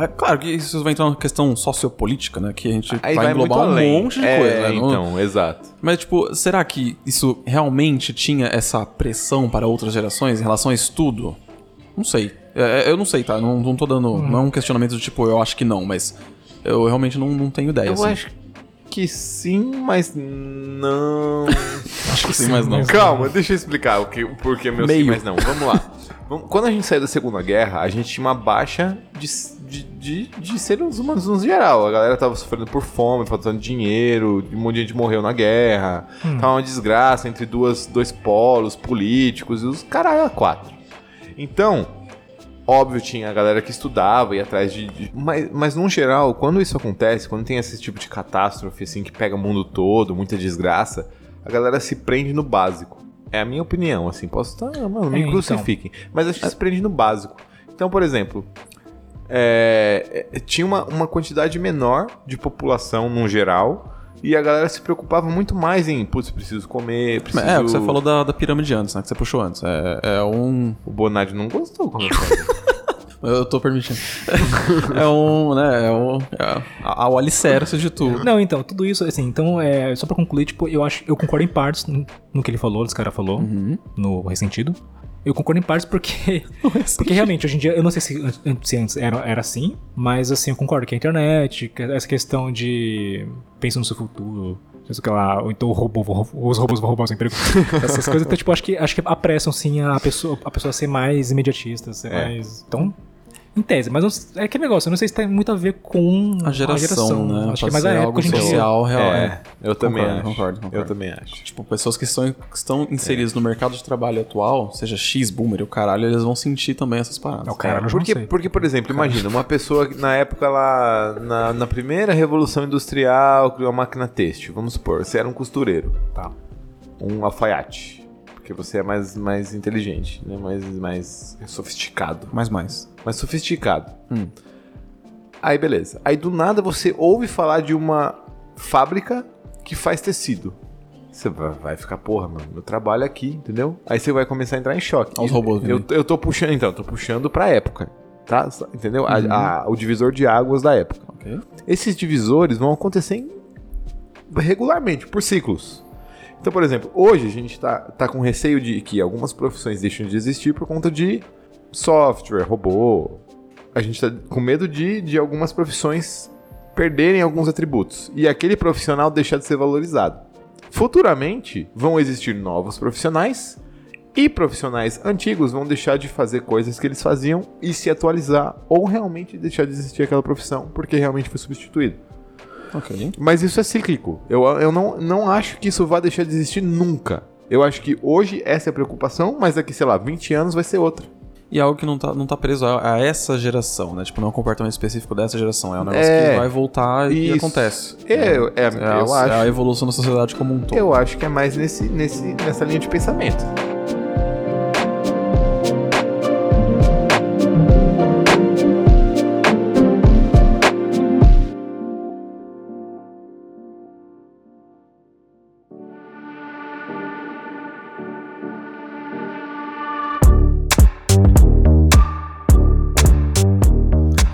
Speaker 1: é, é claro que isso vai entrar numa questão sociopolítica, né? Que a gente
Speaker 3: Aí
Speaker 1: vai,
Speaker 3: vai muito
Speaker 1: englobar um
Speaker 3: além.
Speaker 1: monte de
Speaker 3: É,
Speaker 1: coisa, né? Não-
Speaker 3: Então, exato.
Speaker 1: Mas, tipo, será que isso realmente tinha essa pressão para outras gerações em relação a estudo? Não sei. É, é, eu não sei, tá? Não, não tô dando. Não é um questionamento do tipo, eu acho que não, mas eu realmente não, não tenho ideia.
Speaker 3: Eu
Speaker 1: assim.
Speaker 3: acho que sim, mas não.
Speaker 1: Acho que sim, mas não.
Speaker 3: Calma, deixa eu explicar o, que, o porquê meu sim, mas não. Vamos lá. Vamos- Quando a gente saiu da Segunda Guerra, a gente tinha uma baixa de, de, de, de seres humanos no geral. A galera tava sofrendo por fome, faltando dinheiro, um monte de gente morreu na guerra.
Speaker 1: Hum.
Speaker 3: Tava uma desgraça entre duas, dois polos políticos e os caralho, a quatro. Então, Óbvio, tinha a galera que estudava e atrás de. de- Mas, mas, no geral, quando isso acontece, quando tem esse tipo de catástrofe, assim, que pega o mundo todo, muita desgraça, a galera se prende no básico. É a minha opinião, assim. Posso estar. mano, me
Speaker 2: É, então.
Speaker 3: crucifiquem. Mas acho que se prende no básico. Então, por exemplo, é, é, tinha uma, uma quantidade menor de população no geral. E a galera se preocupava muito mais em, putz, preciso comer, preciso...
Speaker 1: É, o que você falou da, da pirâmide antes, né? Que você puxou antes. É, é um.
Speaker 3: O Bonardi não gostou quando eu falei.
Speaker 1: Eu tô permitindo. é um. né? É um. É, a- ao alicerce de tudo.
Speaker 2: Não, então, tudo isso, assim, então, é, só pra concluir, tipo, eu acho, eu concordo em partes no, no que ele falou, esse cara falou, no ressentido. Eu concordo em partes porque. porque realmente, hoje em dia, eu não sei se, an- se antes era, era assim, mas assim, eu concordo que a internet, que essa questão de. Pensa no seu futuro. não sei o que lá, ou então o robô, vou rou- os robôs vão roubar o seu emprego. Essas coisas, então, tipo, acho que, acho que apressam, sim, a pessoa, a pessoa a ser mais imediatista, ser
Speaker 1: É.
Speaker 2: mais. Então, em tese, mas não- é aquele negócio, eu não sei se tem muito a ver com
Speaker 1: A geração, né?
Speaker 2: Acho que
Speaker 1: Pode
Speaker 2: é mais a
Speaker 1: ser
Speaker 2: época
Speaker 1: algo
Speaker 2: hoje em dia.
Speaker 1: social, real. É.
Speaker 3: É, eu também
Speaker 1: Concordo,
Speaker 3: acho.
Speaker 1: concordo, concordo.
Speaker 3: Eu também acho.
Speaker 1: Tipo, pessoas que estão, que estão inseridas no mercado de trabalho atual, seja X, boomer e o caralho, eles vão sentir também essas paradas.
Speaker 2: É o cara, eu já não
Speaker 3: Porque,
Speaker 2: sei.
Speaker 3: porque, por exemplo, imagina, uma pessoa que na época lá, na, na primeira revolução industrial, criou a máquina têxtil, vamos supor, você era um costureiro.
Speaker 2: Tá.
Speaker 3: Um alfaiate. Porque você é mais, mais inteligente, né? Mais, mais sofisticado.
Speaker 1: Mas mais.
Speaker 3: Mais sofisticado.
Speaker 1: Hum.
Speaker 3: Aí, beleza. Aí, do nada, você ouve falar de uma fábrica que faz tecido. Você vai vai ficar, porra, mano, meu trabalho é aqui, entendeu? Aí você vai começar a entrar em choque.
Speaker 1: Olha os robôs vindo
Speaker 3: Eu, eu tô puxando, então, eu tô puxando pra época, tá? Entendeu? A- a- o divisor de águas da época.
Speaker 1: Uhum. Ok.
Speaker 3: Esses divisores vão acontecer em- regularmente, por ciclos. Então, por exemplo, hoje a gente tá, tá com receio de que algumas profissões deixem de existir por conta de software, robô. A gente tá com medo de, de algumas profissões perderem alguns atributos e aquele profissional deixar de ser valorizado. Futuramente vão existir novos profissionais e profissionais antigos vão deixar de fazer coisas que eles faziam e se atualizar ou realmente deixar de existir aquela profissão porque realmente foi substituído.
Speaker 1: Ok.
Speaker 3: Mas isso é cíclico. Eu, eu não, não acho que isso vá deixar de existir nunca. Eu acho que hoje essa é a preocupação, mas daqui, sei lá, 20 anos vai ser outra.
Speaker 1: E é algo que não tá, não tá preso a, a essa geração, né? Tipo, não é um comportamento específico dessa geração. É um negócio
Speaker 3: É.
Speaker 1: que vai voltar e
Speaker 3: Isso.
Speaker 1: acontece.
Speaker 3: É, eu- é,
Speaker 1: É a,
Speaker 3: eu
Speaker 1: é a
Speaker 3: acho.
Speaker 1: evolução da sociedade como um todo.
Speaker 3: Eu acho que é mais nesse, nesse, nessa linha de pensamento.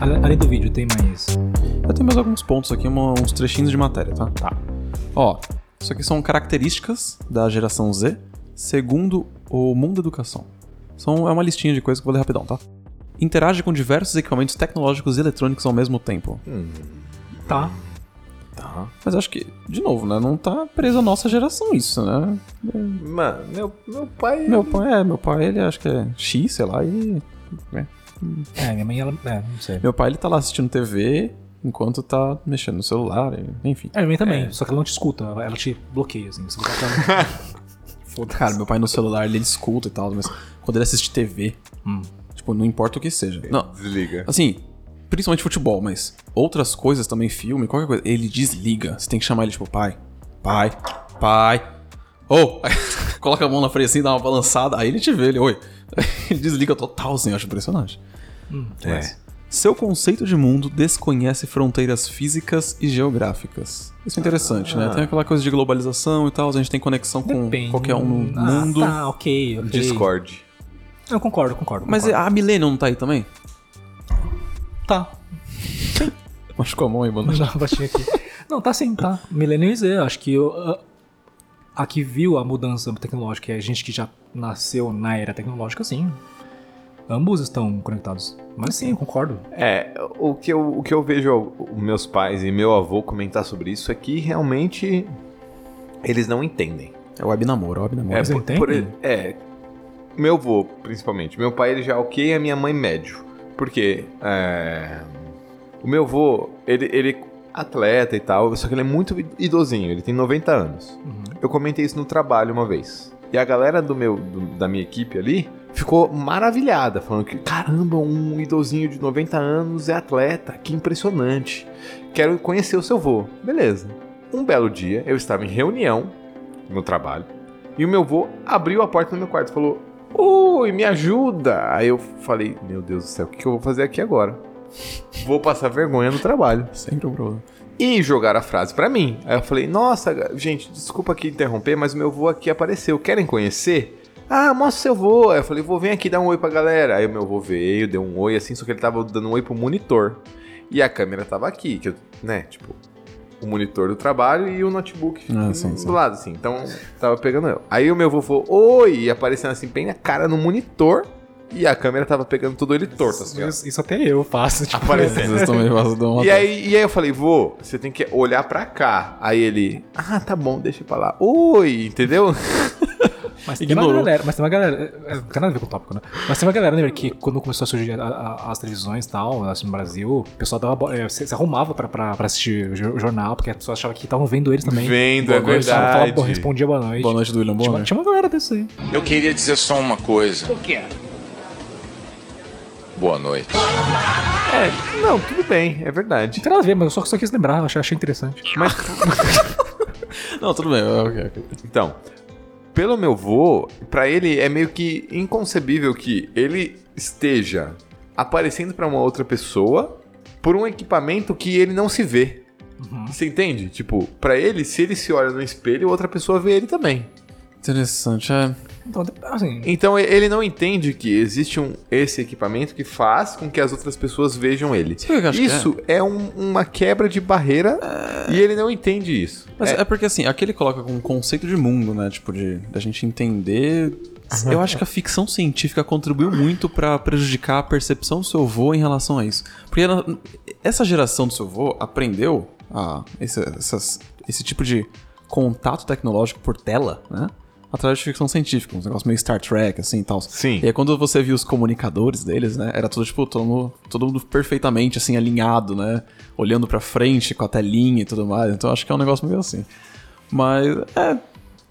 Speaker 2: Ale- Além do vídeo, tem mais.
Speaker 1: Eu tenho mais alguns pontos aqui, uma- uns trechinhos de matéria, tá? Tá. Ó, isso aqui são características da geração Z, segundo o Mundo Educação. São, é uma listinha de coisas que eu vou ler rapidão, tá? Interage com diversos equipamentos tecnológicos e eletrônicos ao mesmo tempo.
Speaker 2: Tá.
Speaker 1: Mas acho que, de novo, né? Não tá preso à nossa geração isso, né?
Speaker 3: Mano, meu, meu pai.
Speaker 1: Meu pai, é, meu pai, ele acho que é X, sei lá, e
Speaker 2: É, minha mãe, ela. É, não sei.
Speaker 1: meu pai ele tá lá assistindo TV enquanto tá mexendo no celular, e- enfim.
Speaker 2: É, minha mãe também, só que ela não te escuta, ela te bloqueia, assim. Você botar pra-
Speaker 1: Cara, meu pai no celular ele escuta e tal, mas quando ele assiste TV, tipo, não importa o que seja. Não,
Speaker 3: Desliga.
Speaker 1: Assim, principalmente futebol, mas outras coisas também, filme, qualquer coisa. Ele desliga. Você tem que chamar ele, tipo, pai, pai, pai. Ou, Aí coloca a mão na frente assim, dá uma balançada, aí ele te vê, ele, oi. Ele desliga total, assim, eu acho impressionante.
Speaker 2: Hum,
Speaker 1: Mas- Seu conceito de mundo desconhece fronteiras físicas e geográficas. Isso é interessante, né? Tem aquela coisa de globalização e tal, a gente tem conexão com
Speaker 2: Ah. Depende.
Speaker 1: qualquer um no
Speaker 2: Ah,
Speaker 1: mundo.
Speaker 2: Tá, ok, ok.
Speaker 3: Discord.
Speaker 2: Eu concordo, concordo.
Speaker 1: Mas
Speaker 2: concordo.
Speaker 1: a Millennium não tá aí também?
Speaker 2: Tá.
Speaker 1: Machucou a mão aí, mano.
Speaker 2: Já bati aqui. não, tá sim, tá. Millennium e Z, acho que eu. ah, A que viu a mudança tecnológica é a gente que já nasceu na era tecnológica, sim. Ambos estão conectados. Mas sim, eu concordo.
Speaker 3: É, o que eu, o que eu vejo os meus pais e meu avô comentar sobre isso é que realmente eles não entendem.
Speaker 1: É o abnamoro, o abnamoro.
Speaker 3: por- por- é, meu avô, principalmente. Meu pai, ele já é ok, a minha mãe, médio. Porque é, o meu avô, ele, ele é atleta e tal, só que ele é muito idosinho, ele tem 90 anos. Eu comentei isso no trabalho uma vez. E a galera do meu, do- da minha equipe ali ficou maravilhada, falando que, caramba, um idosinho de 90 anos é atleta, que impressionante. Quero conhecer o seu avô. Beleza. Um belo dia, eu estava em reunião no trabalho. E o meu avô abriu a porta do meu quarto e falou: Ui, me ajuda! Aí eu falei: Meu Deus do céu, o que que eu vou fazer aqui agora? Vou passar vergonha no trabalho.
Speaker 1: Sempre um problema.
Speaker 3: E jogaram a frase pra mim. Aí eu falei: Nossa, gente, desculpa aqui interromper, mas meu avô aqui apareceu. Querem conhecer? Ah, mostra o seu avô. Aí eu falei: Vou, vem aqui dar um oi pra galera. Aí o meu avô veio, deu um oi assim, só que ele tava dando um oi pro monitor. E a câmera tava aqui, que eu, né, tipo, o monitor do trabalho e o notebook
Speaker 1: Ah,
Speaker 3: do
Speaker 1: sim, sim.
Speaker 3: lado, assim. Então, tava pegando eu. Aí o meu avô falou, oi, e aparecendo assim, bem na cara no monitor. E a câmera tava pegando todo ele torto, assim, ó.
Speaker 2: Isso, isso até eu faço. Tipo,
Speaker 3: Aparecendo.
Speaker 1: Vocês também fazem dar uma
Speaker 3: E aí, e aí eu falei, vô, você tem que olhar pra cá. Aí ele, ah, tá bom, deixa pra lá. Oi, entendeu?
Speaker 2: Mas tem uma
Speaker 1: Ignorou.
Speaker 2: galera, mas tem uma galera. é, Não tem nada a ver com o tópico, né? Mas tem uma galera, né, que quando começou a surgir a- a- as televisões e tal, assim, no Brasil, o pessoal dava, bo- é, se, se arrumava pra, pra, pra assistir o jor- jornal, porque as pessoas achavam que estavam vendo eles também.
Speaker 3: Vendo, é
Speaker 2: Boa noite, tava
Speaker 3: verdade.
Speaker 2: falando, "Bom, respondia boa noite.
Speaker 1: Boa noite do William
Speaker 2: Tinha uma-
Speaker 1: Bonner.
Speaker 2: Tinha uma galera desse aí.
Speaker 9: Eu queria dizer só uma coisa.
Speaker 11: O que é?
Speaker 9: Boa noite.
Speaker 3: É, não, tudo bem, é verdade.
Speaker 2: Não tem nada a ver, mas eu só, só quis lembrar, achei, achei interessante.
Speaker 3: Mas
Speaker 1: Não, tudo bem. ok, ok.
Speaker 3: Então, pelo meu vô, pra ele é meio que inconcebível que ele esteja aparecendo pra uma outra pessoa por um equipamento que ele não se vê. Você entende? Tipo, pra ele, se ele se olha no espelho, outra pessoa vê ele também.
Speaker 1: Interessante, é.
Speaker 2: Então, assim,
Speaker 3: Então e- ele não entende que existe um, esse equipamento que faz com que as outras pessoas vejam ele.
Speaker 1: Sabe o que eu acho que
Speaker 3: Isso é, um- uma quebra de barreira e ele não entende isso.
Speaker 1: Mas é. porque assim, aqui ele coloca um conceito de mundo, né? Tipo, de da gente entender. Eu acho que a ficção científica contribuiu muito pra prejudicar a percepção do seu avô em relação a isso. Porque ela- essa geração do seu avô aprendeu a esse, essas- esse tipo de contato tecnológico por tela, né? Através de ficção científica, uns negócios meio Star Trek, assim e tal.
Speaker 3: Sim.
Speaker 1: E aí, quando você viu os comunicadores deles, né? Era tudo, tipo, todo mundo, todo mundo perfeitamente, assim, alinhado, né? Olhando pra frente com a telinha e tudo mais. Então, acho que é um negócio meio assim. Mas, é.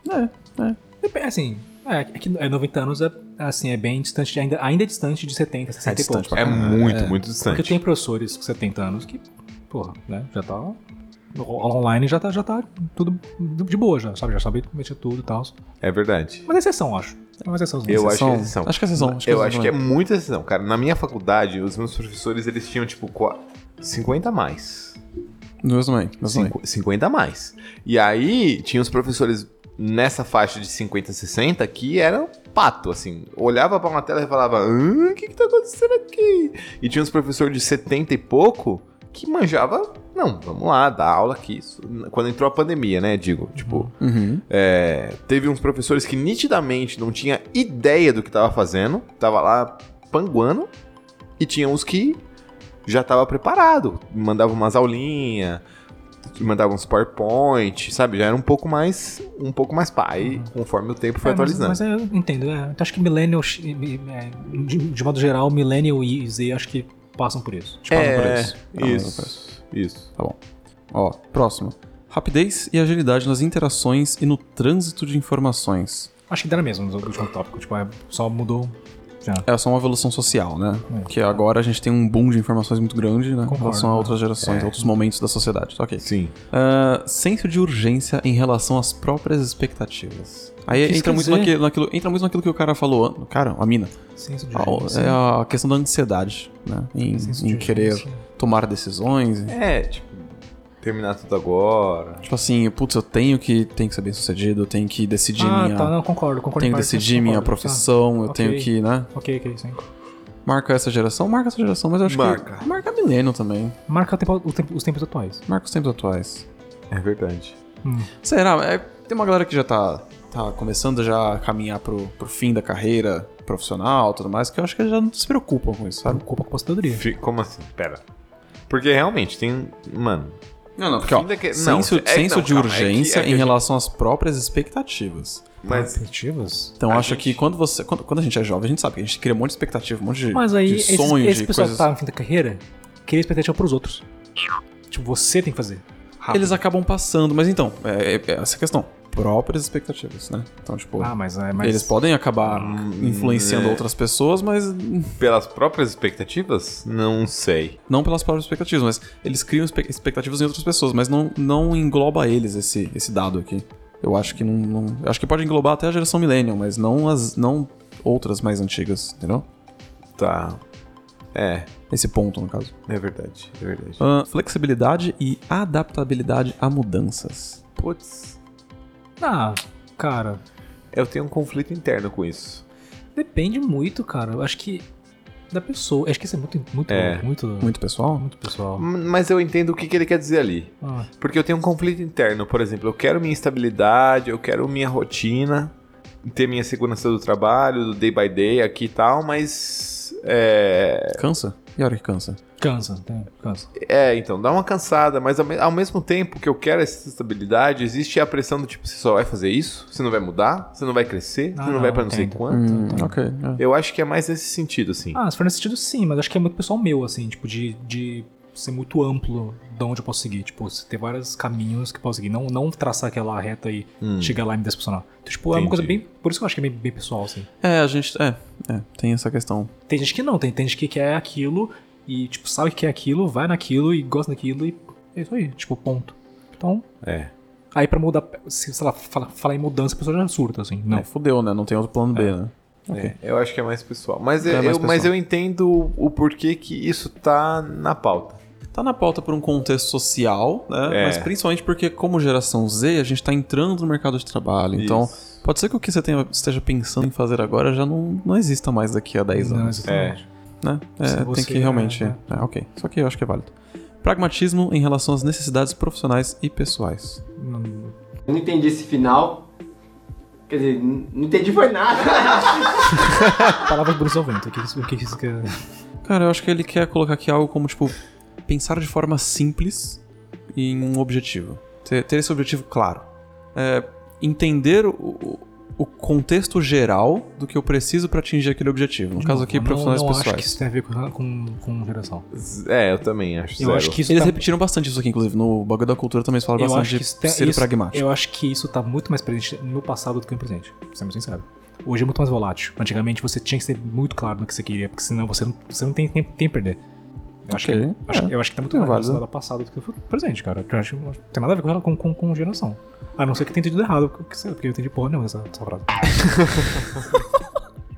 Speaker 1: É, é.
Speaker 2: Depende, assim. É, é que é 90 anos é, assim, é bem distante, de- ainda, ainda é distante de 70, 60 e
Speaker 1: distante
Speaker 2: poucos.
Speaker 1: pra
Speaker 3: É
Speaker 1: caralho.
Speaker 3: muito,
Speaker 1: É.
Speaker 3: muito
Speaker 2: Porque
Speaker 3: distante.
Speaker 2: tem professores com 70 anos que, porra, né, já tá. no- Online já tá, já tá tudo de boa, já sabe? Já sabe mexer tudo e tal.
Speaker 3: É verdade.
Speaker 2: Mas é exceção, acho. É uma exceção.
Speaker 3: Eu acho que é
Speaker 1: Exceção.
Speaker 3: exceção.
Speaker 1: Acho que é exceção, acho que é
Speaker 3: eu
Speaker 1: exceção
Speaker 3: acho que é muita exceção, cara. Na minha faculdade, os meus professores, eles tinham, tipo, qua- 50 a mais. é
Speaker 1: No mesmo aí, no mesmo aí.
Speaker 3: Cinqu- 50 a mais. E aí, tinha os professores nessa faixa de 50 a 60 que eram pato, assim. Olhava pra uma tela e falava, "Hã? o que que tá acontecendo aqui? E tinha uns professores de 70 e pouco que manjava... Não, vamos lá, dar aula aqui. Isso- Quando entrou a pandemia, né, digo. Tipo,
Speaker 1: Uhum.
Speaker 3: é, teve uns professores que nitidamente não tinha ideia do que tava fazendo, tava lá panguando, e tinha uns que já tava preparado, mandava umas aulinhas, mandava uns PowerPoint, sabe? Já era um pouco mais, um pouco mais pá, e conforme o tempo foi
Speaker 2: Uhum. É, mas,
Speaker 3: atualizando.
Speaker 2: mas eu entendo. É. Então acho que Millennial, é, de, de modo geral, Millennial e Z acho que passam por isso. Acho que
Speaker 3: É,
Speaker 2: passam por é isso.
Speaker 3: isso, isso.
Speaker 1: Tá bom. Ó, próximo. Rapidez e agilidade nas interações e no trânsito de informações.
Speaker 2: Acho que deram mesmo no último tópico. Tipo, é, só mudou. Já.
Speaker 1: É só uma evolução social, né?
Speaker 2: É.
Speaker 1: Porque agora a gente tem um boom de informações muito grande, né?
Speaker 2: Concordo.
Speaker 1: em relação a outras
Speaker 3: É.
Speaker 1: gerações, outros momentos da sociedade. Ok.
Speaker 3: Sim.
Speaker 1: Ah, senso de urgência em relação às próprias expectativas. Aí
Speaker 2: Isso
Speaker 1: entra
Speaker 2: quer
Speaker 1: muito,
Speaker 2: dizer-
Speaker 1: naquilo, naquilo- entra muito naquilo que o cara falou. an- Cara, a mina.
Speaker 2: Senso de assim.
Speaker 1: A-
Speaker 2: urgência.
Speaker 1: é a questão da ansiedade, né? Em,
Speaker 2: Senso
Speaker 1: em
Speaker 2: de
Speaker 1: querer
Speaker 2: urgência.
Speaker 1: tomar decisões.
Speaker 3: É, tipo, terminar tudo agora.
Speaker 1: Tipo assim, putz, eu tenho que, tenho que ser bem sucedido, eu tenho que decidir
Speaker 2: Ah,
Speaker 1: minha.
Speaker 2: tá, não, concordo, concordo. em
Speaker 1: tenho que
Speaker 2: parte,
Speaker 1: decidir
Speaker 2: concordo,
Speaker 1: minha
Speaker 2: tá.
Speaker 1: profissão, eu
Speaker 2: ok.
Speaker 1: tenho que, né?
Speaker 2: Ok, ok, sim.
Speaker 1: Marca essa geração, marca essa geração, mas eu acho
Speaker 3: Marca.
Speaker 1: que. Marca a milênio também.
Speaker 2: Marca o tempo- o tempo- os tempos atuais.
Speaker 1: Marca os tempos atuais.
Speaker 3: É verdade.
Speaker 1: Será? É, tem uma galera que já tá tá começando já a caminhar pro, pro fim da carreira profissional e tudo mais, que eu acho que eles já não se preocupam com isso, sabe?
Speaker 2: Preocupa com aposentadoria.
Speaker 3: Como assim? Pera. Porque realmente tem. Mano.
Speaker 1: Não, não, porque ó,
Speaker 3: Ainda que- não,
Speaker 1: senso,
Speaker 3: é que
Speaker 1: senso
Speaker 3: não,
Speaker 1: de
Speaker 3: calma, é que-
Speaker 1: urgência
Speaker 3: é que a
Speaker 1: em
Speaker 3: gente-
Speaker 1: relação às próprias expectativas.
Speaker 3: Mas-
Speaker 2: Expectativas?
Speaker 1: Então, eu acho que quando você. Quando, quando a gente é jovem, a gente sabe que a gente cria um monte de expectativa, um monte de,
Speaker 2: Mas aí,
Speaker 1: de
Speaker 2: esse,
Speaker 1: sonho,
Speaker 2: esse
Speaker 1: de
Speaker 2: pessoal
Speaker 1: coisas.
Speaker 2: que tá no fim da carreira cria expectativa pros outros. Tipo, você tem que fazer. Rápido.
Speaker 1: Eles acabam passando, mas então, é, é- é essa questão. Próprias expectativas, né? Então, tipo.
Speaker 2: Ah, mas é- mas-
Speaker 1: Eles podem acabar influenciando
Speaker 3: é.
Speaker 1: outras pessoas, mas.
Speaker 3: Pelas próprias expectativas? Não sei.
Speaker 1: Não pelas próprias expectativas, mas eles criam espe- expectativas em outras pessoas, mas não, não engloba eles esse, esse dado aqui. Eu acho que não, não- eu acho que pode englobar até a geração Millennium, mas não as não outras mais antigas, entendeu?
Speaker 3: Tá. É.
Speaker 1: Esse ponto, no caso.
Speaker 3: É verdade, é verdade.
Speaker 1: Ah, flexibilidade e adaptabilidade a mudanças.
Speaker 3: Putz.
Speaker 2: Ah, cara.
Speaker 3: Eu tenho um conflito interno com isso.
Speaker 2: Depende muito, cara. Eu acho que da pessoa. Acho que isso é muito. Muito.
Speaker 3: É.
Speaker 2: Muito,
Speaker 1: Muito pessoal?
Speaker 2: muito pessoal.
Speaker 3: M- Mas eu entendo o que, que ele quer dizer ali.
Speaker 2: Ah.
Speaker 3: Porque eu tenho um conflito interno. Por exemplo, eu quero minha estabilidade, eu quero minha rotina, ter minha segurança do trabalho, do day by day aqui e tal, mas. É.
Speaker 1: Cansa? E a hora que cansa?
Speaker 2: Cansa, tem- cansa.
Speaker 3: É, então, dá uma cansada, mas ao, me- ao mesmo tempo que eu quero essa estabilidade, existe a pressão do tipo, você só vai fazer isso? Você não vai mudar? Você não vai crescer?
Speaker 2: Ah,
Speaker 3: você não,
Speaker 2: não,
Speaker 3: vai pra não né? sei
Speaker 2: entendo, Hum.
Speaker 3: quanto?
Speaker 2: entendo.
Speaker 1: Hum, ok.
Speaker 3: Eu acho que é mais nesse sentido, assim.
Speaker 2: Ah, se for nesse sentido, sim, mas acho que é muito pessoal meu, assim, tipo, de, de ser muito amplo de onde eu posso seguir. Tipo, se ter vários caminhos que eu posso seguir. Não, não traçar aquela reta e
Speaker 1: Hum.
Speaker 2: chegar lá e me decepcionar. Então, tipo, é uma
Speaker 1: Entendi.
Speaker 2: coisa bem. Por isso que eu acho que é bem, bem pessoal, assim.
Speaker 1: É, a gente. É, é, tem essa questão.
Speaker 2: Tem gente que não, tem, tem gente que quer aquilo e, tipo, sabe que quer aquilo, vai naquilo e gosta daquilo e é isso aí, tipo, ponto. Então,
Speaker 3: É.
Speaker 2: aí pra mudar, se, sei lá, fala- falar em mudança, a pessoa já surta, assim. Não.
Speaker 1: É, fudeu, né? Não tem outro plano B, né?
Speaker 3: É, eu acho que é mais pessoal. Mas,
Speaker 1: É
Speaker 3: eu,
Speaker 1: mais
Speaker 3: eu- mas
Speaker 1: pessoal.
Speaker 3: eu entendo o porquê que isso tá na pauta.
Speaker 1: Tá na pauta por um contexto social, né?
Speaker 3: É.
Speaker 1: Mas principalmente porque, como geração Z, a gente tá entrando no mercado de trabalho. Então, pode ser que o que você tenha- esteja pensando em fazer agora já não, não exista mais daqui a 10
Speaker 2: Não,
Speaker 1: anos.
Speaker 2: exatamente.
Speaker 1: Né? É,
Speaker 2: Se
Speaker 1: tem
Speaker 2: você-
Speaker 1: que realmente.
Speaker 2: é,
Speaker 1: é, ok. Isso aqui eu acho que é válido. Pragmatismo em relação às necessidades profissionais e pessoais.
Speaker 12: Não entendi esse final. Quer dizer, n- não entendi foi nada.
Speaker 2: Palavras brutas ao vento, o que, isso- o que isso quer.
Speaker 1: Cara, eu acho que ele quer colocar aqui algo como, tipo, pensar de forma simples em um objetivo. Ter, ter esse objetivo claro. É, entender o- o, o contexto geral do que eu preciso pra atingir aquele objetivo. No caso aqui,
Speaker 2: não,
Speaker 1: profissionais
Speaker 2: não
Speaker 1: pessoais.
Speaker 2: acho que isso tem a ver com, com, com geração.
Speaker 3: É, eu também acho.
Speaker 2: Eu acho que isso
Speaker 1: Eles
Speaker 2: tá-
Speaker 1: repetiram bastante isso aqui, inclusive. No bagulho da cultura também eles falam
Speaker 2: Eu
Speaker 1: bastante
Speaker 2: acho que
Speaker 1: de
Speaker 2: isso tá-
Speaker 1: ser
Speaker 2: isso-
Speaker 1: pragmático.
Speaker 2: Eu acho que isso tá muito mais presente no passado do que no presente, pra ser muito sincero. Hoje é muito mais volátil. Antigamente você tinha que ser muito claro no que você queria, porque senão você não, você não tem tempo tempo a perder. Eu acho,
Speaker 1: Ok,
Speaker 2: que, acho-
Speaker 1: é.
Speaker 2: eu acho que tá muito
Speaker 1: É
Speaker 2: mais
Speaker 1: válido.
Speaker 2: relacionado ao passado do que ao presente, cara. Eu acho, que não tem nada a ver com, com, com, com geração. A não ser que tenha entendido errado, porque sei lá, porque eu entendi porra nenhuma essa, essa frase.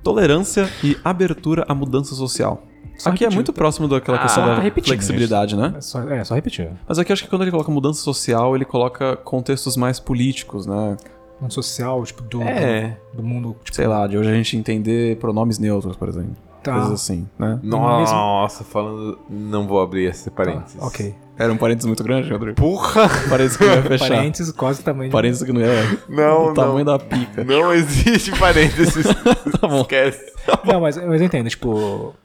Speaker 1: Tolerância e abertura à mudança social.
Speaker 2: Só
Speaker 1: aqui é
Speaker 2: repetindo.
Speaker 1: muito próximo daquela
Speaker 2: Ah,
Speaker 1: questão
Speaker 2: tá
Speaker 1: da
Speaker 2: repetindo
Speaker 1: flexibilidade, né?
Speaker 2: É só, é, só repetir.
Speaker 1: Mas aqui eu acho que quando ele coloca mudança social, ele coloca contextos mais políticos, né?
Speaker 2: Mundo social, tipo, do,
Speaker 1: É.
Speaker 2: do, do mundo.
Speaker 1: Sei lá, de hoje a gente entender pronomes neutros, por exemplo.
Speaker 2: Tá.
Speaker 1: Coisas assim, né?
Speaker 2: é
Speaker 3: Nossa, falando. Não vou abrir esse parênteses.
Speaker 2: Tá, ok.
Speaker 1: Era um parênteses muito grande, Rodrigo?
Speaker 3: Porra!
Speaker 1: Parênteses que não ia fechar.
Speaker 2: Parênteses quase também.
Speaker 1: Parênteses que não ia.
Speaker 3: Não,
Speaker 1: o tamanho da pica.
Speaker 3: Não existe parênteses. tá bom. Esquece.
Speaker 2: Não, mas, mas eu entendo, tipo.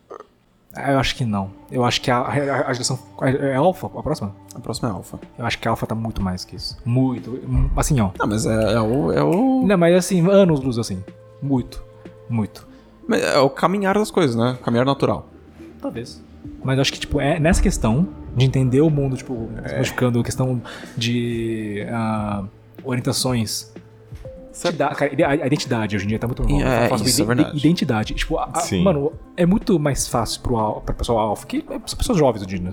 Speaker 2: Eu acho que não. Eu acho que a, a, a geração. É alfa a próxima?
Speaker 1: A próxima é alfa.
Speaker 2: Eu acho que a alfa tá muito mais que isso. Muito. hum, Assim, ó.
Speaker 1: Não, mas é, é o, é o.
Speaker 2: Não, mas assim, anos luz assim. Muito. Muito.
Speaker 1: Mas é o caminhar das coisas, né? Caminhar natural.
Speaker 2: Talvez. Mas eu acho que, tipo, é nessa questão de entender o mundo, tipo,
Speaker 1: É.
Speaker 2: modificando a questão de ah, orientações. Identi- cara, ide- a identidade hoje em dia tá muito normal.
Speaker 1: É,
Speaker 2: Eu falo
Speaker 1: isso é
Speaker 2: sobre ide-
Speaker 1: verdade.
Speaker 2: Identidade. Tipo, a- a-
Speaker 1: Sim.
Speaker 2: mano, é muito mais fácil pro, al- pra pessoa alfa, que é- são pessoas jovens, eu digo, né? Não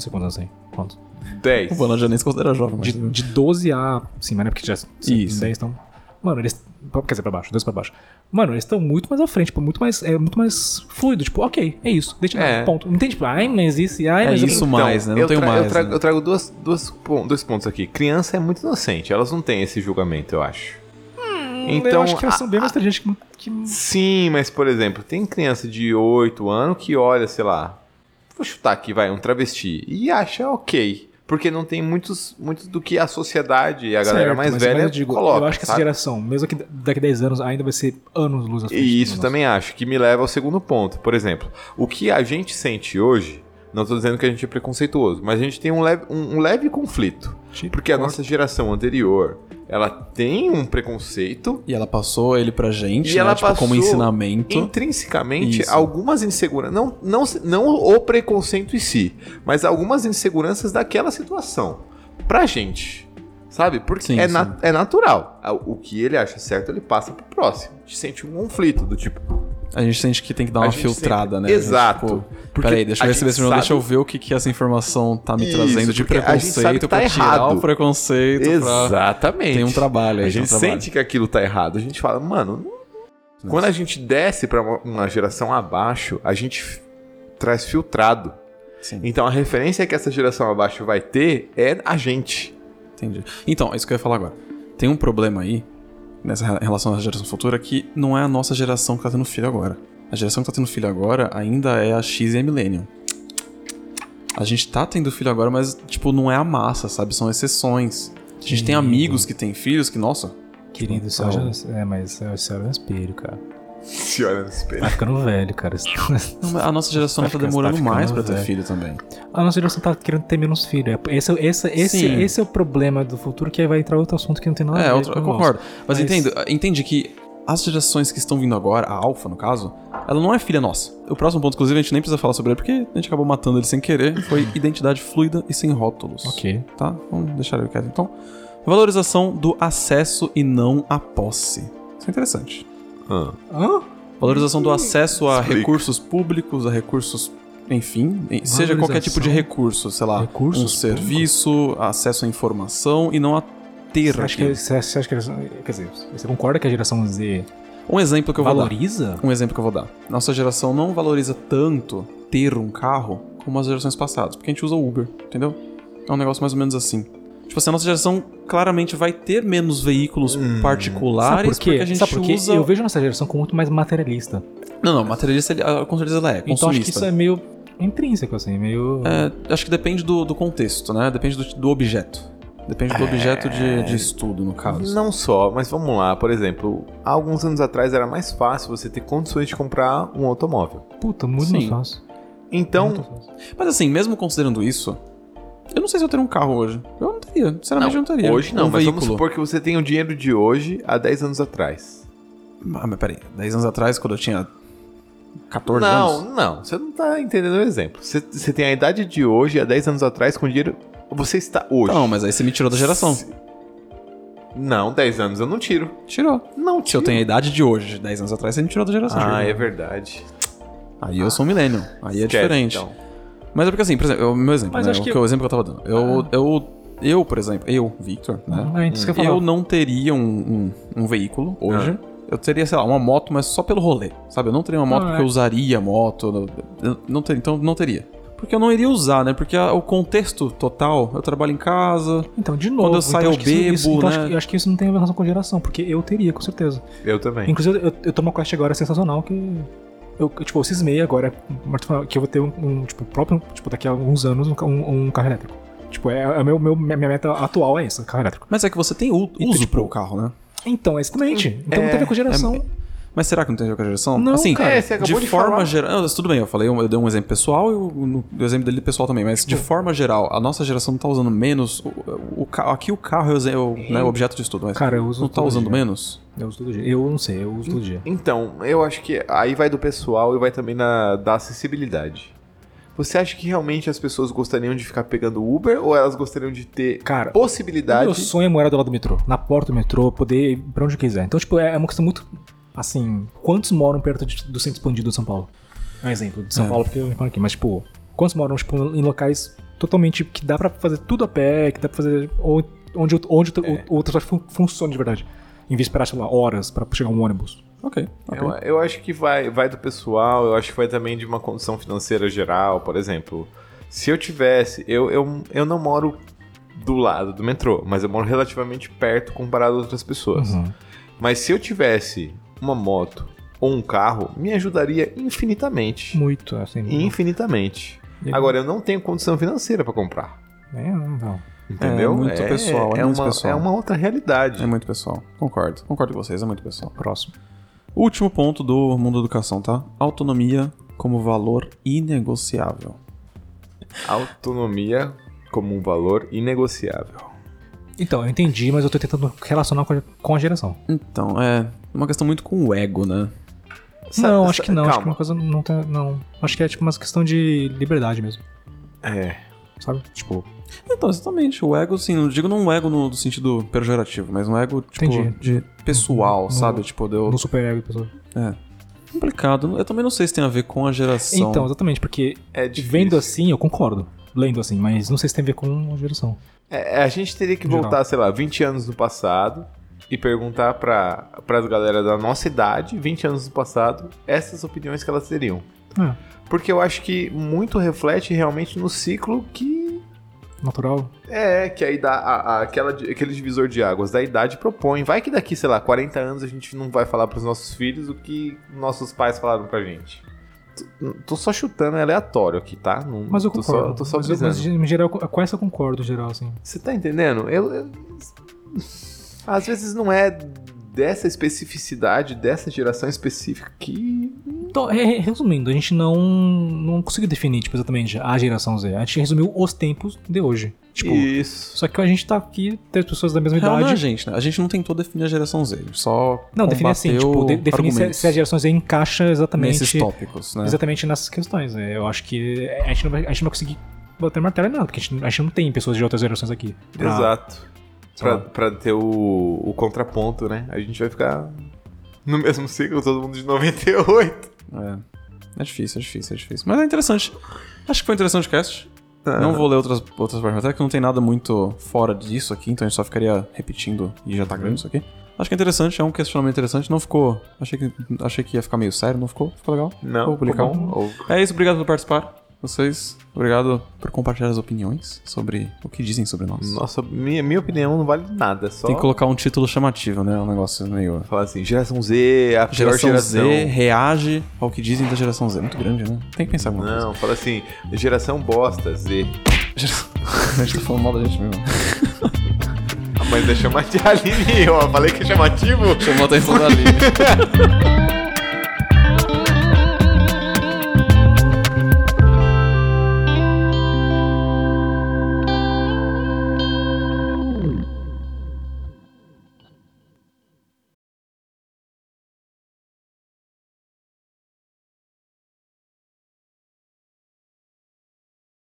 Speaker 2: sei quantos anos tem. Quantos?
Speaker 3: 10.
Speaker 1: O Bonan já nem se considera jovem, mas. é
Speaker 2: De, de 12 a. Sim, mas não é porque já são
Speaker 1: Isso.
Speaker 2: 10 estão. Mano, eles. Quer dizer, pra baixo, 12 pra baixo. Mano, eles estão muito mais à frente, tipo, muito mais. É muito mais fluido. Tipo, ok, é isso. Deixa
Speaker 3: É.
Speaker 2: é. ponto. Não tem tipo, ai, mas isso, e
Speaker 1: É
Speaker 2: ai, mas então, aquilo.
Speaker 1: né?
Speaker 3: eu tra- Eu trago, eu trago duas, duas pon- dois pontos aqui. Criança é muito inocente, elas não têm esse julgamento, eu acho.
Speaker 2: Então, eu acho que elas são bem mais inteligentes que. que-
Speaker 3: Sim, mas por exemplo, tem criança de 8 anos que olha, sei lá, vou chutar aqui, vai, um travesti, e acha ok. porque não tem muitos, muitos do que a sociedade e a galera mais velha
Speaker 2: tipo, eu, digo,
Speaker 3: coloca.
Speaker 2: eu acho que essa
Speaker 3: sabe?
Speaker 2: geração, mesmo que daqui a 10 anos, ainda vai ser anos luz à frente. né,
Speaker 3: E isso também acho que me leva ao segundo ponto. Por exemplo, o que a gente sente hoje, não estou dizendo que a gente é preconceituoso, mas a gente tem um leve, um, um leve conflito. Porque a nossa geração anterior, ela tem um preconceito.
Speaker 1: E ela passou ele pra gente, né? tipo, como
Speaker 3: passou
Speaker 1: ensinamento.
Speaker 3: Intrinsecamente,
Speaker 1: Isso.
Speaker 3: algumas inseguranças. Não, não, não o preconceito em si, mas algumas inseguranças daquela situação. Pra gente. Sabe? Porque
Speaker 1: Sim,
Speaker 3: é,
Speaker 1: sim.
Speaker 3: na- é natural. O que ele acha certo, ele passa pro próximo. A gente sente um conflito do tipo.
Speaker 1: A gente sente que tem que dar
Speaker 3: A
Speaker 1: uma
Speaker 3: gente
Speaker 1: filtrada,
Speaker 3: sempre-
Speaker 1: né? A gente,
Speaker 3: Exato.
Speaker 1: tipo,
Speaker 3: Porque
Speaker 1: peraí, deixa eu
Speaker 3: a
Speaker 1: ver se
Speaker 3: gente
Speaker 1: mesmo,
Speaker 3: sabe-
Speaker 1: deixa eu ver o que, que essa informação tá me
Speaker 3: Isso,
Speaker 1: trazendo de
Speaker 3: porque a gente sabe
Speaker 1: preconceito
Speaker 3: que tá
Speaker 1: pra tirar
Speaker 3: errado.
Speaker 1: o preconceito. pra-
Speaker 3: Exatamente.
Speaker 1: um Tem um trabalho aí.
Speaker 3: A
Speaker 1: tem
Speaker 3: gente
Speaker 1: um trabalho.
Speaker 3: sente que aquilo tá errado. A gente fala, mano. não- Quando a gente desce pra uma- uma geração abaixo, a gente f- traz filtrado. Então a referência que essa geração abaixo vai ter é a gente.
Speaker 1: Entendi. Então, é isso que eu ia falar agora. Tem um problema aí, nessa re- relação à geração futura, que não é a nossa geração que tá tendo filho agora. A geração que tá tendo filho agora ainda é a X e a Millennium. A gente tá tendo filho agora, mas, tipo, não é a massa, sabe? São exceções. A gente tem amigos que têm filhos que, nossa.
Speaker 2: Querido,
Speaker 1: tipo,
Speaker 2: você
Speaker 3: Então.
Speaker 1: não.
Speaker 2: olha- é, mas você olha no espelho, cara.
Speaker 3: Se olha no espelho.
Speaker 2: Tá ficando velho, cara.
Speaker 1: Não, mas a nossa geração
Speaker 2: Tá
Speaker 1: tá
Speaker 2: ficando-
Speaker 1: demorando
Speaker 2: tá ficando
Speaker 1: mais pra ter
Speaker 2: velho.
Speaker 1: filho também.
Speaker 2: A nossa geração tá querendo ter menos filho. É, Esse, esse, esse,
Speaker 1: Sim.
Speaker 2: esse é o problema do futuro, que aí vai entrar outro assunto que não tem nada a ver.
Speaker 1: É, outra-
Speaker 2: com
Speaker 1: eu
Speaker 2: o nosso.
Speaker 1: concordo. Mas, entendo, entende que as gerações que estão vindo agora, a Alpha no caso, ela não é filha nossa. O próximo ponto, inclusive, a gente nem precisa falar sobre ele porque a gente acabou matando ele sem querer. Foi identidade fluida e sem rótulos.
Speaker 2: Ok.
Speaker 1: Tá? Vamos deixar ele quieto então. Valorização do acesso e não a posse. Isso é interessante.
Speaker 2: Hã?
Speaker 1: Valorização do acesso a
Speaker 13: Explica.
Speaker 1: recursos públicos, a recursos. Enfim, em- seja qualquer tipo de
Speaker 13: Valorização?
Speaker 1: recurso, sei lá, um serviço, acesso à informação e não a ter
Speaker 2: Você acha,
Speaker 1: aquilo.
Speaker 2: que, é você acha- você acha que a geração- Quer dizer, você concorda que a geração Z.
Speaker 1: Um exemplo que eu vou
Speaker 2: Valoriza?
Speaker 1: dar. Um exemplo que eu vou dar. Nossa geração não valoriza tanto ter um carro como as gerações passadas, porque a gente usa o Uber, entendeu? É um negócio mais ou menos assim. Tipo assim, a nossa geração claramente vai ter menos veículos
Speaker 2: Hum. Sabe
Speaker 1: particulares
Speaker 2: por quê?
Speaker 1: porque a gente
Speaker 2: Sabe por quê?
Speaker 1: usa.
Speaker 2: Eu vejo nossa geração como muito mais materialista.
Speaker 1: Não, não, materialista, ele- ah, com certeza ela é, consumista.
Speaker 2: Então acho que isso é meio intrínseco, assim, meio.
Speaker 1: É, acho que depende do, do contexto, né? Depende do, do objeto. Depende do objeto de,
Speaker 2: É.
Speaker 1: de estudo, no caso.
Speaker 3: Não só, mas vamos lá, por exemplo, há alguns anos atrás era mais fácil você ter condições de comprar um automóvel.
Speaker 2: Puta, muito
Speaker 1: Sim.
Speaker 2: mais fácil.
Speaker 3: Então,
Speaker 1: Mas assim, mesmo considerando isso, eu não sei se eu teria um carro hoje. Eu não teria, sinceramente eu não teria.
Speaker 3: hoje não,
Speaker 1: um
Speaker 3: mas vamos
Speaker 1: veículo.
Speaker 3: supor que você tem o dinheiro de hoje há 10 anos atrás.
Speaker 1: Ah, mas peraí, 10 anos atrás, quando eu tinha 14
Speaker 3: não,
Speaker 1: anos?
Speaker 3: Não, você não tá entendendo o exemplo. Você, você tem a idade de hoje, há 10 anos atrás, com dinheiro. Você está hoje.
Speaker 1: Não, mas aí você me tirou da geração.
Speaker 3: Não, 10 anos eu não tiro.
Speaker 1: Tirou.
Speaker 3: Não
Speaker 1: Se eu tenho a idade de hoje, 10 anos atrás, você me tirou da geração.
Speaker 3: Ah, é verdade.
Speaker 1: Aí eu sou um millennial. Aí é
Speaker 3: Esquece,
Speaker 1: diferente.
Speaker 3: então.
Speaker 1: Mas é porque assim, por exemplo, o meu exemplo,
Speaker 2: Mas
Speaker 1: né?
Speaker 2: acho
Speaker 1: O,
Speaker 2: que-
Speaker 1: que é o exemplo que eu tava dando. Eu, eu, eu por exemplo, eu, Victor, né?
Speaker 2: Ah, é isso que eu ia falar.
Speaker 1: eu não teria um, um, um veículo hoje. Eu teria, sei lá, uma moto, mas só pelo rolê, sabe? Eu não teria uma moto
Speaker 2: Ah,
Speaker 1: porque
Speaker 2: é.
Speaker 1: eu usaria a moto. eu- eu não teria, então não teria. Porque eu não iria usar, né? Porque a- o contexto total, eu trabalho em casa.
Speaker 2: Então, de novo.
Speaker 1: Quando eu
Speaker 2: então
Speaker 1: saio, eu
Speaker 2: acho que isso-
Speaker 1: bebo,
Speaker 2: isso- então
Speaker 1: né?
Speaker 2: acho, que, acho que isso não tem relação com geração, porque eu teria, com certeza.
Speaker 3: Eu também.
Speaker 2: É. Inclusive, eu, eu tô numa quest agora sensacional que. Eu, eu, tipo, eu cismei agora que eu vou ter um, um, tipo, próprio, tipo, daqui a alguns anos, um, ca- um- um carro elétrico. Tipo, é, é meu, meu- minha minha meta atual é essa, carro elétrico.
Speaker 1: Mas é que você tem u-
Speaker 2: Então,
Speaker 1: uso
Speaker 2: tipo,
Speaker 1: pro carro, né?
Speaker 2: Então, exatamente. Então não tem a ver com geração.
Speaker 1: é- mas será que não tem a ver com a geração?
Speaker 2: Não,
Speaker 1: assim,
Speaker 2: cara. É, você acabou
Speaker 1: de,
Speaker 2: de
Speaker 1: forma
Speaker 2: falar.
Speaker 1: geral. não, Tudo bem, eu falei, eu dei um exemplo pessoal e o, no- o exemplo dele pessoal também, mas
Speaker 2: Tipo-
Speaker 1: de forma geral, a nossa geração não tá usando menos. O, o ca- aqui o carro é o, é o, né, o objeto de estudo, mas
Speaker 2: Cara, eu uso
Speaker 1: não tá
Speaker 2: todo
Speaker 1: usando
Speaker 2: dia.
Speaker 1: menos?
Speaker 2: Eu uso todo dia. Eu não sei, eu uso todo dia.
Speaker 3: Então, eu acho que aí vai do pessoal e vai também na, da acessibilidade. Você acha que realmente as pessoas gostariam de ficar pegando Uber ou elas gostariam de ter
Speaker 2: Cara,
Speaker 3: possibilidade?
Speaker 2: Meu sonho é morar do lado do metrô, na porta do metrô, poder ir pra onde eu quiser. Então, tipo, é é uma questão muito. Assim, quantos moram perto de- do centro expandido de São Paulo? É um exemplo de São
Speaker 1: É.
Speaker 2: Paulo, porque eu moro aqui, mas, tipo, quantos moram tipo, em locais totalmente que dá pra fazer tudo a pé, que dá pra fazer. ou- onde o, onde o, o, o transporte fun- funciona de verdade. Em vez de esperar, sei lá, horas pra chegar um ônibus.
Speaker 1: Ok.
Speaker 2: tá
Speaker 3: Eu, eu acho que vai, vai do pessoal, eu acho que vai também de uma condição financeira geral, por exemplo. Se eu tivesse, eu, eu, eu não moro do lado do metrô, mas eu moro relativamente perto comparado a outras pessoas.
Speaker 2: Uhum.
Speaker 3: Mas se eu tivesse uma moto ou um carro, me ajudaria infinitamente.
Speaker 2: Muito, assim.
Speaker 3: Infinitamente. Agora, eu não tenho condição financeira pra comprar.
Speaker 2: É, não vão.
Speaker 3: Entendeu?
Speaker 1: É muito
Speaker 3: É-
Speaker 1: pessoal, é,
Speaker 3: é
Speaker 1: muito
Speaker 3: uma-
Speaker 1: pessoal.
Speaker 3: é uma outra realidade.
Speaker 1: É muito pessoal. Concordo. Concordo com vocês, é muito pessoal.
Speaker 2: Próximo.
Speaker 1: Último ponto do mundo da educação, tá? Autonomia como valor inegociável.
Speaker 3: Autonomia como um valor inegociável.
Speaker 2: Então, eu entendi, mas eu tô tentando relacionar com a, com a geração.
Speaker 1: Então, é uma questão muito com o ego, né?
Speaker 2: não, acho que não. Acho que uma coisa não tá. Não. Acho que é tipo uma questão de liberdade mesmo.
Speaker 3: É.
Speaker 2: Sabe? Tipo.
Speaker 1: Então, exatamente. O ego, assim, não digo não um ego no, no sentido pejorativo, mas um ego, tipo,
Speaker 2: Entendi.
Speaker 1: de pessoal,
Speaker 2: No-
Speaker 1: sabe? Tipo, deu.
Speaker 2: No super ego, pessoal.
Speaker 1: É. Complicado. Eu também não sei se tem a ver com a geração.
Speaker 2: Então, exatamente, porque
Speaker 3: é
Speaker 2: vendo assim, eu concordo. Lendo assim, mas não sei se tem a ver com a geração.
Speaker 3: É, a gente teria que
Speaker 2: Geral.
Speaker 3: voltar, sei lá, 20 anos no passado e perguntar pra, pras galera da nossa idade, 20 anos no passado, essas opiniões que elas teriam.
Speaker 2: É.
Speaker 3: Porque eu acho que muito reflete realmente no ciclo que
Speaker 2: Natural.
Speaker 3: é, que a, ida- a- a- aquela, di- aquele divisor de águas da idade propõe. Vai que daqui, sei lá, 40 anos a gente não vai falar pros nossos filhos o que nossos pais falaram pra gente. Tô, tô só chutando, é aleatório aqui, tá? Não,
Speaker 2: Mas eu
Speaker 3: tô
Speaker 2: concordo.
Speaker 3: Só, tô só
Speaker 2: mas, eu, mas
Speaker 3: brisando.
Speaker 2: em geral, com essa eu concordo, em geral, assim.
Speaker 3: Você tá entendendo? Eu, eu- Às vezes não é dessa especificidade, dessa geração específica que.
Speaker 2: Então, re- re- resumindo, a gente não, não conseguiu definir, tipo, exatamente a geração Z. A gente resumiu os tempos de hoje. Tipo,
Speaker 3: Isso.
Speaker 2: Só que a gente tá aqui, três pessoas da mesma
Speaker 1: Real
Speaker 2: idade.
Speaker 1: não é a gente, né? A gente não tentou definir a geração Z, a gente só
Speaker 2: Não, definir assim,
Speaker 1: combateu
Speaker 2: tipo, de- definir se,
Speaker 1: argumentos.
Speaker 2: se a geração Z encaixa exatamente.
Speaker 1: Nesses tópicos, né?
Speaker 2: Exatamente nessas questões. É, Eu acho que a gente não vai, a gente não vai conseguir bater martelo, não, porque a gente, não- a gente não tem pessoas de outras gerações aqui. pra-
Speaker 3: Exato.
Speaker 2: sei
Speaker 3: Pra,
Speaker 2: lá.
Speaker 3: pra ter o, o contraponto, né? A gente vai ficar no mesmo ciclo, todo mundo de 98.
Speaker 1: É. É difícil, é difícil, é difícil. Mas é interessante. Acho que foi interessante o cast.
Speaker 3: Tá. É.
Speaker 1: Não vou ler outras, outras partes, até que não tem nada muito fora disso aqui, então a gente só ficaria repetindo e
Speaker 3: Uhum.
Speaker 1: já tá grande isso aqui. Acho que é interessante, é um questionamento interessante. Não ficou. Achei que, achei que ia ficar meio sério, não ficou? Ficou legal?
Speaker 3: Não,
Speaker 1: Vou publicar.
Speaker 3: ficou bom.
Speaker 1: É isso, obrigado por participar. Vocês, obrigado por compartilhar as opiniões sobre o que dizem sobre nós.
Speaker 3: Nossa, minha, minha opinião não vale nada. Só
Speaker 1: Tem que colocar um título chamativo, né? Um negócio meio.
Speaker 3: Falar assim, geração Z, a pior
Speaker 1: geração, Z
Speaker 3: geração.
Speaker 1: reage ao que dizem da geração Z. Muito grande, né? Tem que pensar alguma coisa.
Speaker 3: Não, fala assim, geração bosta, Z.
Speaker 1: A gente tá falando mal da gente mesmo.
Speaker 3: Ah, mas é chamar de Aline, ó. Falei que é chamativo.
Speaker 1: Chamou a atenção da Aline.